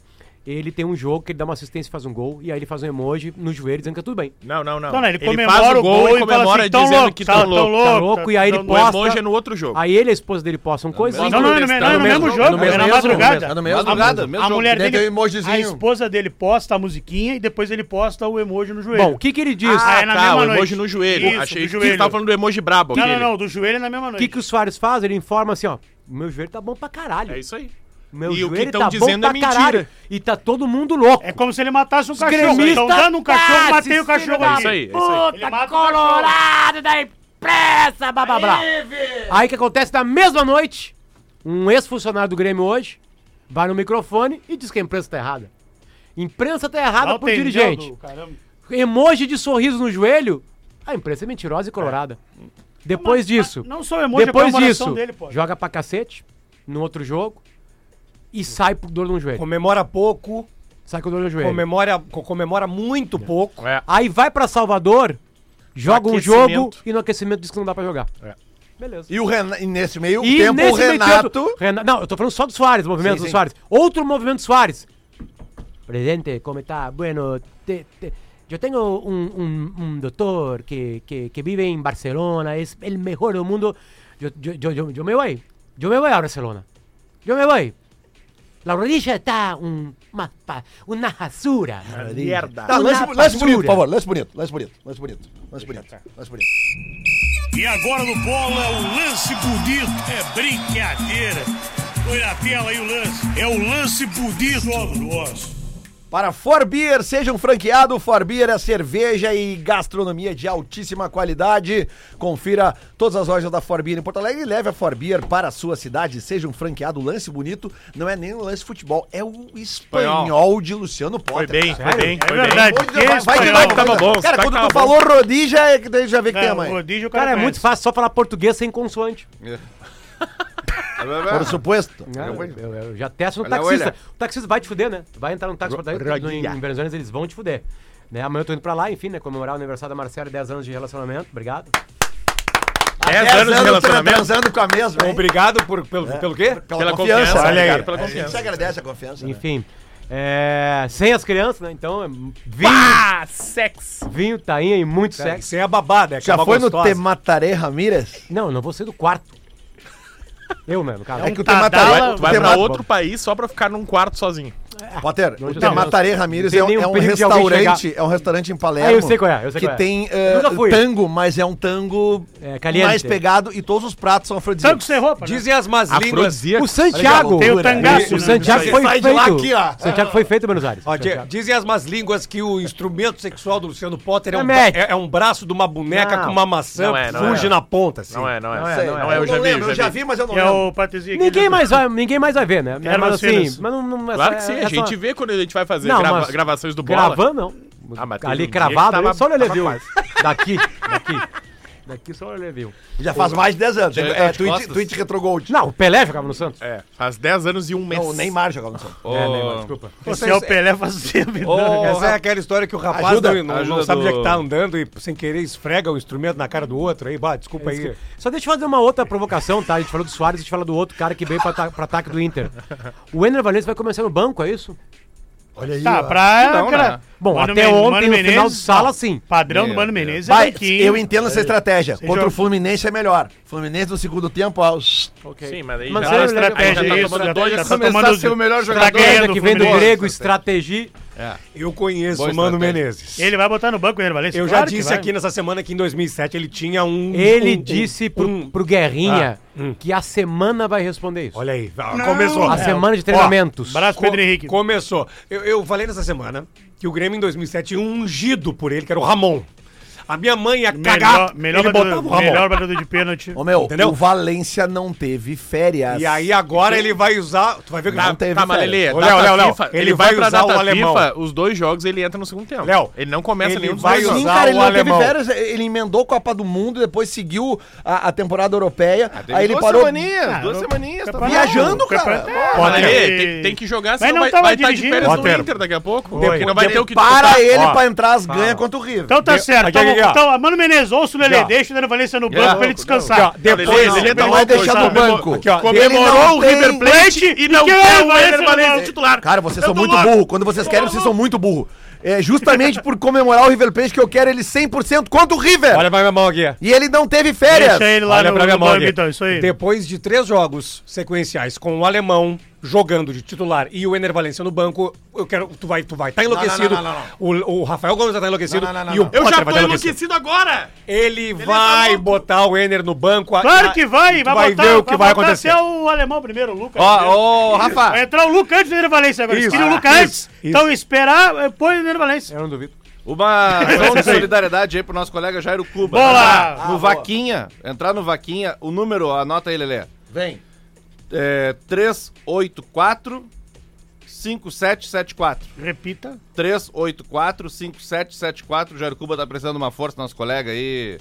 ele tem um jogo que ele dá uma assistência e faz um gol, e aí ele faz um emoji no joelho dizendo que tá tudo bem.
Não, não, não.
Não, não, ele comemora
faz
o gol e fala
comemora
assim, "Tão
dizendo
louco,
que
tá-
tão
tão
louco.
louco, tá-
e aí ele
tão louco."
posta. O emoji é no outro jogo.
Aí ele e a escosa dele postam coisa.
mesmo Não, não, é no me- não, é no mesmo
contexto,
jogo,
tá?
é na
mesmo
madrugada.
jogo, é no
Na madrugada,
jogo.
mesmo
A mulher
Daí tem
dele,
o emojizinho.
a esposa dele posta a musiquinha e depois ele posta o emoji no joelho.
Bom, o que que ele diz?
Ah,
é na
tá,
mesma
o
noite.
emoji no joelho.
Isso,
Achei
do
que
joelho.
você tava falando do emoji brabo.
Não, não,
aquele.
não, do joelho é na mesma
O
noite.
que, que o Soares faz? Ele informa assim, ó. Meu joelho tá bom pra caralho. É
isso aí.
Meu
E o que
joelho
tão
tá
dizendo
bom
é
pra
mentira.
caralho. E tá todo mundo louco.
É como se ele matasse um
Os
cachorro.
gremistas-
Estão dando um cachorro,
Ah,
matei
esses
o cachorro
filhos
aqui.
da
Ele mata
Puta
o cachorro.
colorado da imprensa, bababrá. Aí o que acontece na mesma noite, um ex-funcionário do Grêmio hoje vai no microfone e diz que a imprensa tá errada. Imprensa tá errada
Lá o
por
Tendel
dirigente.
do caramba.
Emoji de sorriso no joelho, a imprensa é mentirosa e colorada. Depois disso.
É. não só o emoji, a
Depois
comemoração
disso,
dele, pô.
joga pra cacete no outro jogo e sai por dor no joelho.
Comemora pouco,
Sai com dor
É.
no joelho.
comemora, co- comemora muito pouco.
Aí vai pra Salvador, joga um
Aquecimento.
jogo e no aquecimento diz que não dá pra jogar. Beleza.
E, o Ren... e nesse meio
E
tempo, É. o
nesse meio
Renato.
tempo- Rena- Não, eu tô falando só do Soares, movimento
Sim,
do
sim.
Soares. Outro movimento Soares. Presidente, como está? Bueno, te- te- eu tenho um, um- um doutor que, que, que vive em Barcelona, é o melhor do mundo. Eu, eu, eu, eu, eu me voy, eu me voy a Barcelona. Eu me voy. La rodilla está un, uma, pa- una rasura.
Merda. Tá, lance, lance bonito, por favor. Lance bonito, lance bonito, lance bonito, lance bonito, lance bonito.
E agora no bolo é o lance bonito. É brincadeira. Põe na tela aí o lance. É o lance bonito. Jogo nosso.
Para Forbier, seja um franqueado. Forbier é cerveja e gastronomia de altíssima qualidade. Confira todas as lojas da Forbier em Porto Alegre e leve a Forbier para a sua cidade. Seja um franqueado. Lance bonito não é nem o lance futebol, é o espanhol de Luciano Potter.
Foi bem,
cara.
foi bem,
É
foi bem.
verdade.
Foi
Que
bem.
Vai que vai que tava bom. Cara, quando tu falou rodija, é que daí já vê que tem a mãe.
o cara, é muito fácil só falar português sem consoante.
É, né,
Por supuesto.
Não, eu, eu já testo no
Olha,
taxista.
olha.
O taxista vai te fuder, né? Tu Vai entrar no táxi
Ro-
pra no, em,
rodinha.
em Venezuela, eles vão te fuder. Né? Amanhã eu tô indo pra lá, enfim, né? Comemorar o aniversário da Marcela, 10 anos de relacionamento. Obrigado.
Há 10 anos de relacionamento.
transando com a mesma. hein?
Obrigado por, pelo,
É,
pelo quê?
Pela, confiança.
olha aí.
obrigado Pela confiança. A gente agradece a confiança. né?
Enfim. É, sem as crianças, né? Então, é vinho.
Ah, sex.
Vinho, tainha e muito
Cara,
sexo.
isso é a babada, é
Já
aquela
foi no
gostosa.
Temataré Ramírez?
Não, eu não vou ser do quarto. Eu mesmo, cara.
É que o Temataré.
Tu vai pra outro país só pra ficar num quarto sozinho.
Potter,
Não,
o
já-
Temataré
não, não
Ramírez
tem
é, um-
nenhum
é um
perigo de alguém
restaurante,
chegar.
é um restaurante em Palermo.
Ah, eu sei qual é, eu sei
que
qual é.
tem
Eu nunca
eh,
fui.
tango, mas é um tango
É, caliente.
mais pegado e todos os pratos são afrodisíacos.
Tango sem roupa,
Dizem as más línguas.
O Santiago.
Tem o
tangaço.
tangaço,
O
né?
Santiago
Isso aí.
foi
Sai
feito.
de lá aqui, ó.
Santiago foi feito em Buenos Aires.
Ó, di-
Santiago.
dizem as más línguas que o instrumento sexual do Luciano Potter é um,
Mete.
é- é um braço de uma boneca
Não.
com uma maçã
Não
que
é, não
funge
é.
na ponta, assim.
Não é, não é.
Não
Não
é,
é,
não é.
eu já vi, eu já vi.
mas eu
Que é o patezinho aqui.
Ninguém
né?
mais, vai, ninguém mais vai ver, né?
Ervas
Mas
finas.
assim, mas não, não é
Claro que
só-
sim,
é
a
só-
gente vê quando a gente vai fazer
Não,
grava-
mas-
gravações do Bola.
Gravando, não.
Ah, mas teve
Ali
um dia
cravado,
que tava-
ali, só o Lelê
tava
viu.
quase.
Daqui, daqui. Daqui só o Lelê viu.
Já faz mais de 10 anos.
É,
É,
de
tweet,
costas.
tweet retrogold.
Não, o Pelé jogava no Santos.
É, faz 10 anos e um mês.
Não, o Neymar jogava no Santos.
Ô,
É, Neymar, desculpa.
Você é o Pelé fazendo.
Essa é aquela história que o rapaz
Ajuda,
não, não- não
ajuda
sabe onde é
do-
que tá andando e sem querer esfrega o instrumento na cara do outro. Aí, bah, desculpa aí.
Só deixa eu fazer uma outra provocação, tá? A gente falou do Soares, a gente fala do outro cara que veio pra, ata- pra ataque do Inter. O Ener Valencia vai começar no banco, é isso?
Olha aí.
Tá,
ó.
pra.
Não,
cara,
né? Bom,
Mano
até
Men-
ontem,
Mano
no
Menezes,
final de sala,
ó,
sim.
Padrão do
Meu
Mano Menezes é
Vai,
banquinho.
eu entendo essa estratégia.
Você
Contra
joga-
o Fluminense é melhor. Fluminense no segundo tempo, ó.
Sim, mas aí
Mas
já-
é
aí já
estratégia,
tá
isso,
tomando
já
dois,
tá
já
tomando
começar a
os-
ser o melhor jogador.
Estratégia que vem do
Fluminense.
grego, estratégia.
Eu conheço
Boa
o Mano
estratégia.
Menezes.
Ele vai botar no banco o Ener Valencia?
Eu já
Claro que
disse
vai.
aqui nessa semana que em 2007 ele tinha um.
Ele
um- um-
disse pro, pro Guerrinha
Ah, hum.
que a semana vai responder isso.
Olha aí, ah,
Não.
começou.
A semana de treinamentos.
Braço
Co-
Começou. Eu, eu falei nessa semana que o Grêmio em 2007 tinha um ungido por ele, que era o Ramon. A minha mãe ia
Melhor,
cagar.
melhor,
ele botava o
batedor,
Ramon.
melhor batedor de pênalti.
Ô, meu,
Entendeu?
o Valência não teve férias.
E aí agora ele vai usar. Tu vai ver que
Não teve
tá, mas
férias.
Lelê,
Ô, Léo,
data
Léo, Léo,
FIFA,
ele, vai, pra
usar
data
o alemão.
FIFA, os dois jogos ele entra no segundo tempo.
Léo,
ele não começa
ele
nenhum dos
vai
dois jogos.
usar
Cara, ele
o
não
alemão.
teve férias, ele emendou Copa do Mundo, depois seguiu a, a temporada europeia.
teve
aí ele
duas
parou.
semaninhas, duas semaninhas, tá
viajando,
bom.
cara.
Campeonato.
Pô,
Olha aí,
né?
tem, tem que jogar,
Mas
senão
não
vai,
tava
vai estar de
dirigindo.
férias
Roteiro.
no Inter daqui a pouco.
Depois-
Porque não vai ter o que
Para
disputar.
ele
Ó.
pra entrar as ganhas contra o River.
Então tá certo.
Aqui, aqui,
então,
aqui, ó.
então, Mano Menezes, ouça o Lelê,
Aqui, ó.
deixa o Ener Valencia no banco
Não,
pra ele
não.
descansar.
Aqui, ó, depois Não, ele ele tá vai lá, deixar coitado, no comemorou- banco. aqui, ó, ele não
Comemorou o
tem-
River Plate e não é o Ener Valencia titular.
Cara, vocês
Eu
são
tô
muito
louco.
burros. Quando vocês querem, vocês são muito burros. É justamente por comemorar o River Plate que eu quero ele 100% contra o River.
Olha pra minha mão aqui.
E ele não teve férias.
Olha pra minha mão aqui.
isso aí.
Depois de três jogos sequenciais com o alemão jogando de titular e o Ener Valencia no banco, eu quero, tu vai, tu vai, tá
Não, não,
enlouquecido.
não, não, não,
O, o Rafael Gomes já tá enlouquecido
Não, não, não,
e
não, não.
o Potter
Eu já
vai
tô
tá
enlouquecido agora! tá
Ele vai botar o Ener no banco. a-
Claro que vai,
tu
vai,
vai
botar,
ver o que vai
botar
acontecer.
até o alemão primeiro, o Lucas.
Ó,
primeiro.
ó, Rafa.
Vai entrar o Lucas antes do Ener Valencia agora.
Isso.
Eles queriam o Lucas
Ah,
antes.
isso,
Então esperar, eh, põe o Ener Valencia.
Eu não duvido.
Uma ação de solidariedade aí pro nosso colega Jairo Cuba.
É Bola!
Entrar
Ah,
No
boa.
Vaquinha, entrar no Vaquinha, o número, anota aí, Lelê.
Vem.
É, 384 5774.
Repita.
384 5774. Jairo Cuba tá precisando de uma força, nosso colega aí.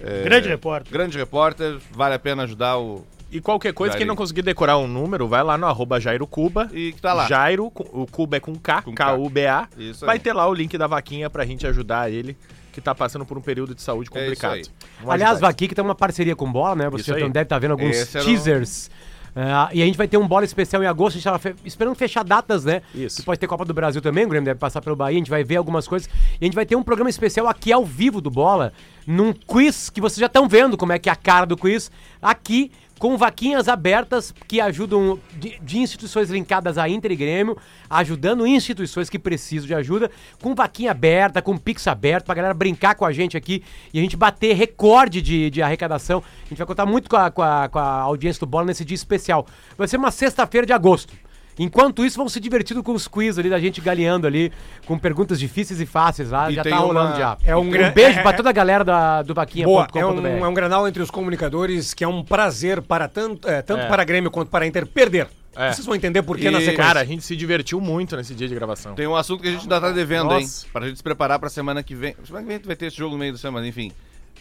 É,
Grande repórter.
Grande repórter, vale a pena ajudar o.
E qualquer coisa, quem
Jairinho.
não conseguir decorar um número, vai lá no arroba Jairo Cuba.
E que tá lá.
Jairo, com- o Cuba é com K, K-U-B-A.
Isso aí.
Vai ter lá o link da vaquinha pra gente ajudar ele, que tá passando por um período de saúde complicado. Vamos
Aliás,
ajudar ele.
Vaqui que tem uma parceria com Bola, né?
Isso
Você
aí.
então deve estar vendo alguns
Esse era o-
teasers. Ah, e a gente vai ter um bola especial em agosto, a gente tava fe- esperando fechar datas, né? Isso. pode ter Copa do Brasil também, o Grêmio deve passar pelo Bahia, a gente vai ver algumas coisas. E a gente vai ter um programa especial aqui ao vivo do Bola, num quiz que vocês já estão vendo como é que é a cara do quiz, aqui com vaquinhas abertas que ajudam de, de instituições linkadas a Inter e Grêmio, ajudando instituições que precisam de ajuda, com vaquinha aberta, com pix aberto, pra galera brincar com a gente aqui e a gente bater recorde de, de arrecadação. A gente vai contar muito com a, com, a, com a audiência do Bola nesse dia especial. Vai ser uma sexta-feira de agosto. Enquanto isso, vão se divertindo com os quiz ali da gente galeando ali, com perguntas difíceis e fáceis lá.
E
já
tem
tá rolando
uma-
já.
é um gran-
beijo
é-
pra toda a galera da, do
Boa,
vaquinha.com.br.
é um, é um granal entre os comunicadores que é um prazer para tanto, é, tanto
É.
para Grêmio quanto para Inter perder.
É.
Vocês vão entender por que
E,
na sequência.
Cara, a gente se divertiu muito nesse dia de gravação.
Tem um assunto que a gente ainda tá devendo, hein?
Nossa.
Pra gente se preparar pra semana que vem. Semana que vem vai ter esse jogo no meio do semana, mas enfim.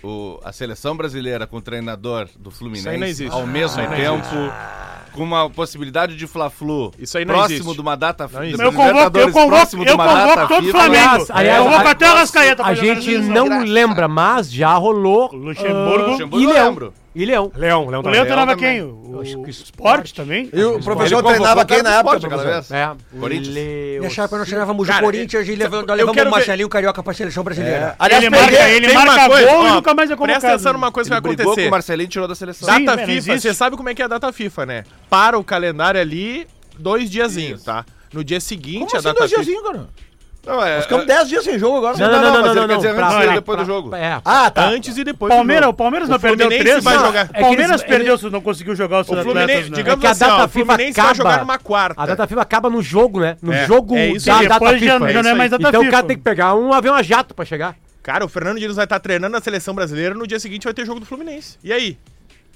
O, a seleção brasileira com o treinador do Fluminense
Isso aí não existe.
ao mesmo
Isso aí não
tempo, com uma possibilidade de Fla-Flu
Isso aí não
próximo
existe.
de uma data
Não existe.
da
Eu
convoco-
Libertadores,
eu convoco-
próximo de
eu
uma
convoco
data
todo
FIFA.
Aliás, aliás,
Eu vou
a-
até o Arrascaeta pra
A
jogar
gente
nessa
não
desgraça.
lembra, mas já rolou.
Luxemburgo.
ah,
Luxemburgo
e
eu
Leão.
lembro.
E Leão.
Leão, Leão
O Leão treinava quem? O esporte também?
E o professor treinava quem na época, professor?
É.
Corinthians.
E a
é
Chape nós tirávamos
Cara,
o Corinthians e levamos, nós
eu
levamos
quero
o
ver-
Marcelinho Carioca para a seleção brasileira.
Aliás,
Ele
peguei-
marca- ele
tem uma
marca
coisa,
gol e
ó,
nunca mais é
Presta
convocado.
atenção numa coisa
Ele
que vai
brigou
acontecer.
com o
Marcelinho tirou da seleção.
Data
Sim,
né,
mas não
FIFA,
existe.
você sabe como é que é a data FIFA, né? Para o calendário ali, dois diazinhos, tá? No dia seguinte, a data FIFA...
cara?
Não, é,
Nós ficamos
é-
10 dias sem jogo agora.
tá
Não, não, não, não, não, não,
mas ele quer dizer
não, pra-
antes e
pra-
depois do
pra-
jogo.
é.
Ah, tá.
Antes e depois do
Palmeiras,
jogo.
o Palmeiras
O
não perdeu
Fluminense
três. um.
vai
Não,
jogar.
O Palmeiras
É que eles-
perdeu, se não conseguiu jogar os seus
O Fluminense,
atletas. né?
digamos
É que a
assim, ó,
data
o
FIFA
Fluminense
acaba.
vai jogar numa quarta.
A data FIFA acaba no jogo, né? No
É,
jogo
é isso
da
aí.
data
Depois já-
FIFA.
já não é mais data
então o
FIFA.
cara tem que pegar um avião a jato pra chegar.
Cara, o Fernando Diniz vai estar treinando a seleção brasileira, no dia seguinte vai ter jogo do Fluminense. E aí?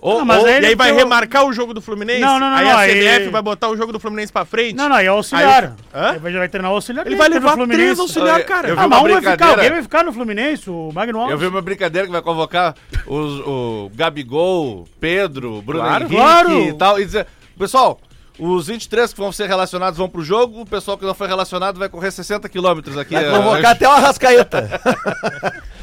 Ou,
Não, mas
ou-
aí
e aí
ele
vai
tem o-
remarcar o jogo do Fluminense?
Não, não, não,
Aí
não,
a
aí-
CBF vai botar o jogo do Fluminense pra frente?
Não, não, é o auxiliar.
Aí o- Hã?
Ele vai, vai treinar o auxiliar.
Ele
dele,
vai
que é do
levar três
Fluminense.
auxiliar, cara. Tá
Eu vi
Ah, mas
uma
um vai ficar,
brincadeira.
alguém vai ficar no Fluminense, o Magno Alves.
Eu vi uma brincadeira que vai convocar os, o Gabigol, Pedro, Bruno
Claro,
Henrique
claro.
e tal. E dizer, pessoal, os 23 que vão ser relacionados vão pro jogo, o pessoal que não foi relacionado vai correr 60 quilômetros aqui.
Vai
eh,
convocar
antes.
até o Arrascaeta.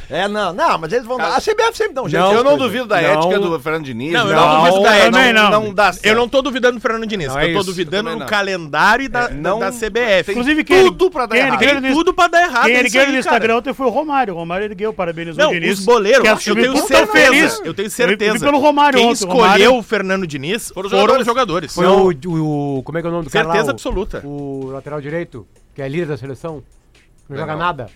é, não, não, mas eles vão dar. A CBF sempre dá um jeito.
eu não
Eles-
duvido da
Não.
ética do Fernando Diniz.
Não, eu não duvido da ética.
Também não.
Não dá certo. Eu não tô duvidando do Fernando Diniz.
Não, é
eu tô
isso.
duvidando
Também
do
não.
calendário e da,
não-
da CBF.
Inclusive, quem
tudo
ergue-
pra dar
quem
errado.
ergueu no-
Tem tudo pra dar errado.
Quem
é isso
ergueu
aí,
no
cara.
Instagram ontem foi o Romário. O Romário ergueu, parabenizou
Não,
o Diniz.
os boleiros,
que
eu
assumiu
tenho
puta
certeza.
feliz.
Eu tenho
Eu
certeza.
vi pelo Romário
Quem
ontem, o
escolheu
Romário-
o Fernando Diniz foram os
jogadores.
jogadores.
Foi o, o- Como é que é o nome do cara?
Certeza
lá? O-
absoluta.
O lateral direito, que é líder da seleção. Não joga nada.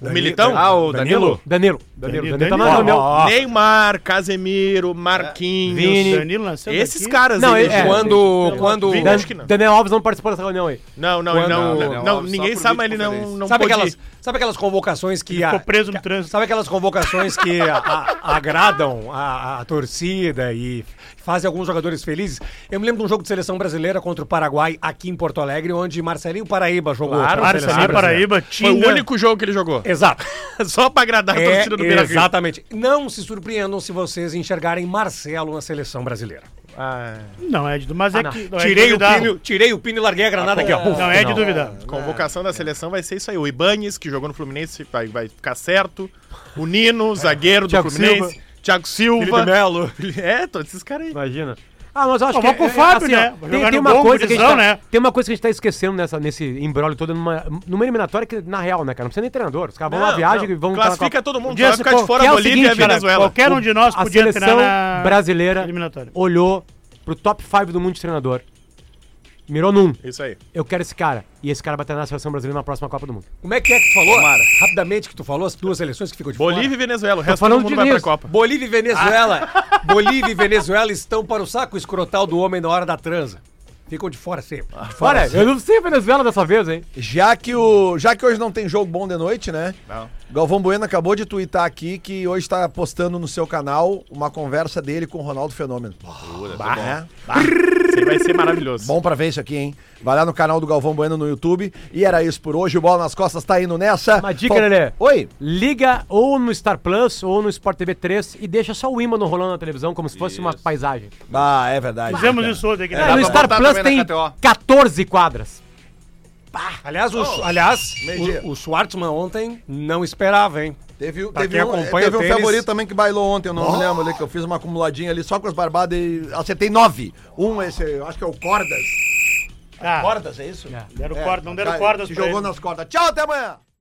O Militão? Ah, o Danilo?
Danilo.
Danilo,
Danilo, tá no meu.
Neymar, Casemiro, Marquinhos.
É. Vini.
Esses caras
não,
aí.
é,
quando.
é,
quando...
Dan- Daniel Alves não participou dessa reunião aí.
Não, não,
Quando-
não,
Daniel
não,
Alves só
ninguém
por
sabe, mas ele não,
videoconferência.
não
sabe,
pôde
aquelas,
ir.
sabe aquelas convocações que.
ficou
preso no trânsito. Sabe aquelas convocações que a- a- agradam a, a torcida e fazem alguns jogadores felizes? Eu me lembro de um jogo de seleção brasileira contra o Paraguai aqui em Porto Alegre, onde Marcelinho Paraíba jogou.
Claro,
pela seleção
Marcelinho
brasileira.
Paraíba, Tinga. jogo que ele jogou.
Exato.
Só pra agradar a
É,
torcida do Beira Rio.
Exatamente. Não se surpreendam se vocês enxergarem Marcelo na seleção brasileira.
Não, é de mas
Ah,
é
não.
que. não é de
tirei, o
duvidar.
pino, tirei o pino e larguei
Tá
a granada aqui, ó. Puf,
Não, é de duvidar.
Convocação da seleção vai ser isso aí. O Ibanes, que jogou no Fluminense, vai, vai ficar certo. O Nino, zagueiro do
É. Thiago
Fluminense.
Silva.
Thiago Silva.
Felipe Melo.
É, todos esses caras aí.
Imagina. Ah, mas eu acho
Ó,
que.
vamos pro Fábio,
ó,
né? Vai
Tem,
jogar
tem
no
uma
gol,
coisa que a gente tá,
prisão, né?
tem uma coisa que a gente tá esquecendo nessa, nesse embrólio todo, numa, numa eliminatória que, na real, né, cara? Não precisa nem treinador. Os caras vão
Não,
na viagem
não.
e vão.
Classifica
estar na Copa.
todo mundo, Podia só vai ser ficar de fora
Que é o
a Bolívia e a
seguinte, cara,
Venezuela.
qualquer um de nós
a
podia
seleção
entrar na
brasileira
eliminatória.
olhou pro top 5 do mundo de treinador. Mirou num.
Isso aí.
Eu quero esse cara. E esse cara vai treinar na seleção brasileira na próxima Copa do Mundo.
Como é que é que tu falou? Rapidamente que tu falou as duas seleções que ficam de
Bolívia e
fora.
Venezuela. O
Tô
resto
falando
todo mundo
de
vai pra
nisso.
Copa.
Bolívia e Venezuela. Bolívia e Venezuela estão para o saco escrotal do homem na hora da transa. Ficam de fora sempre. De fora
Olha,
sempre.
eu não sei a Venezuela dessa vez, hein?
Já que, o, já que hoje não tem jogo bom de noite, né?
Não.
Galvão Bueno acabou de twittar aqui que hoje tá postando no seu canal uma conversa dele com o Ronaldo Fenômeno. Bah, né?
Isso aí vai ser maravilhoso.
Bom pra ver isso aqui, hein? Vai lá no canal do Galvão Bueno no YouTube. E era isso por hoje. O Bola nas Costas tá indo nessa.
Uma dica,
Fal-
Lelê.
Oi.
Liga ou no Star Plus ou no Sport TV 3 e deixa só o ímã rolando na televisão como se fosse uma paisagem.
Ah, é verdade.
Fizemos isso hoje aqui.
É, no Star Plus tem 14 quadras.
Aliás, o, aliás o, o Schwartzman ontem não esperava, hein?
Teve,
Pra
teve
quem
um,
acompanha
teve um
o tênis-
favorito também que bailou ontem, eu não
Oh.
me lembro ali, que eu fiz uma acumuladinha ali só com as barbadas e acertei nove. Um, esse, eu acho que é o Cordas.
Ah.
Cordas, é isso?
Deram corda, não deram
cai-
É.
cordas
Se
pra
jogou
ele.
nas cordas. Tchau, até amanhã!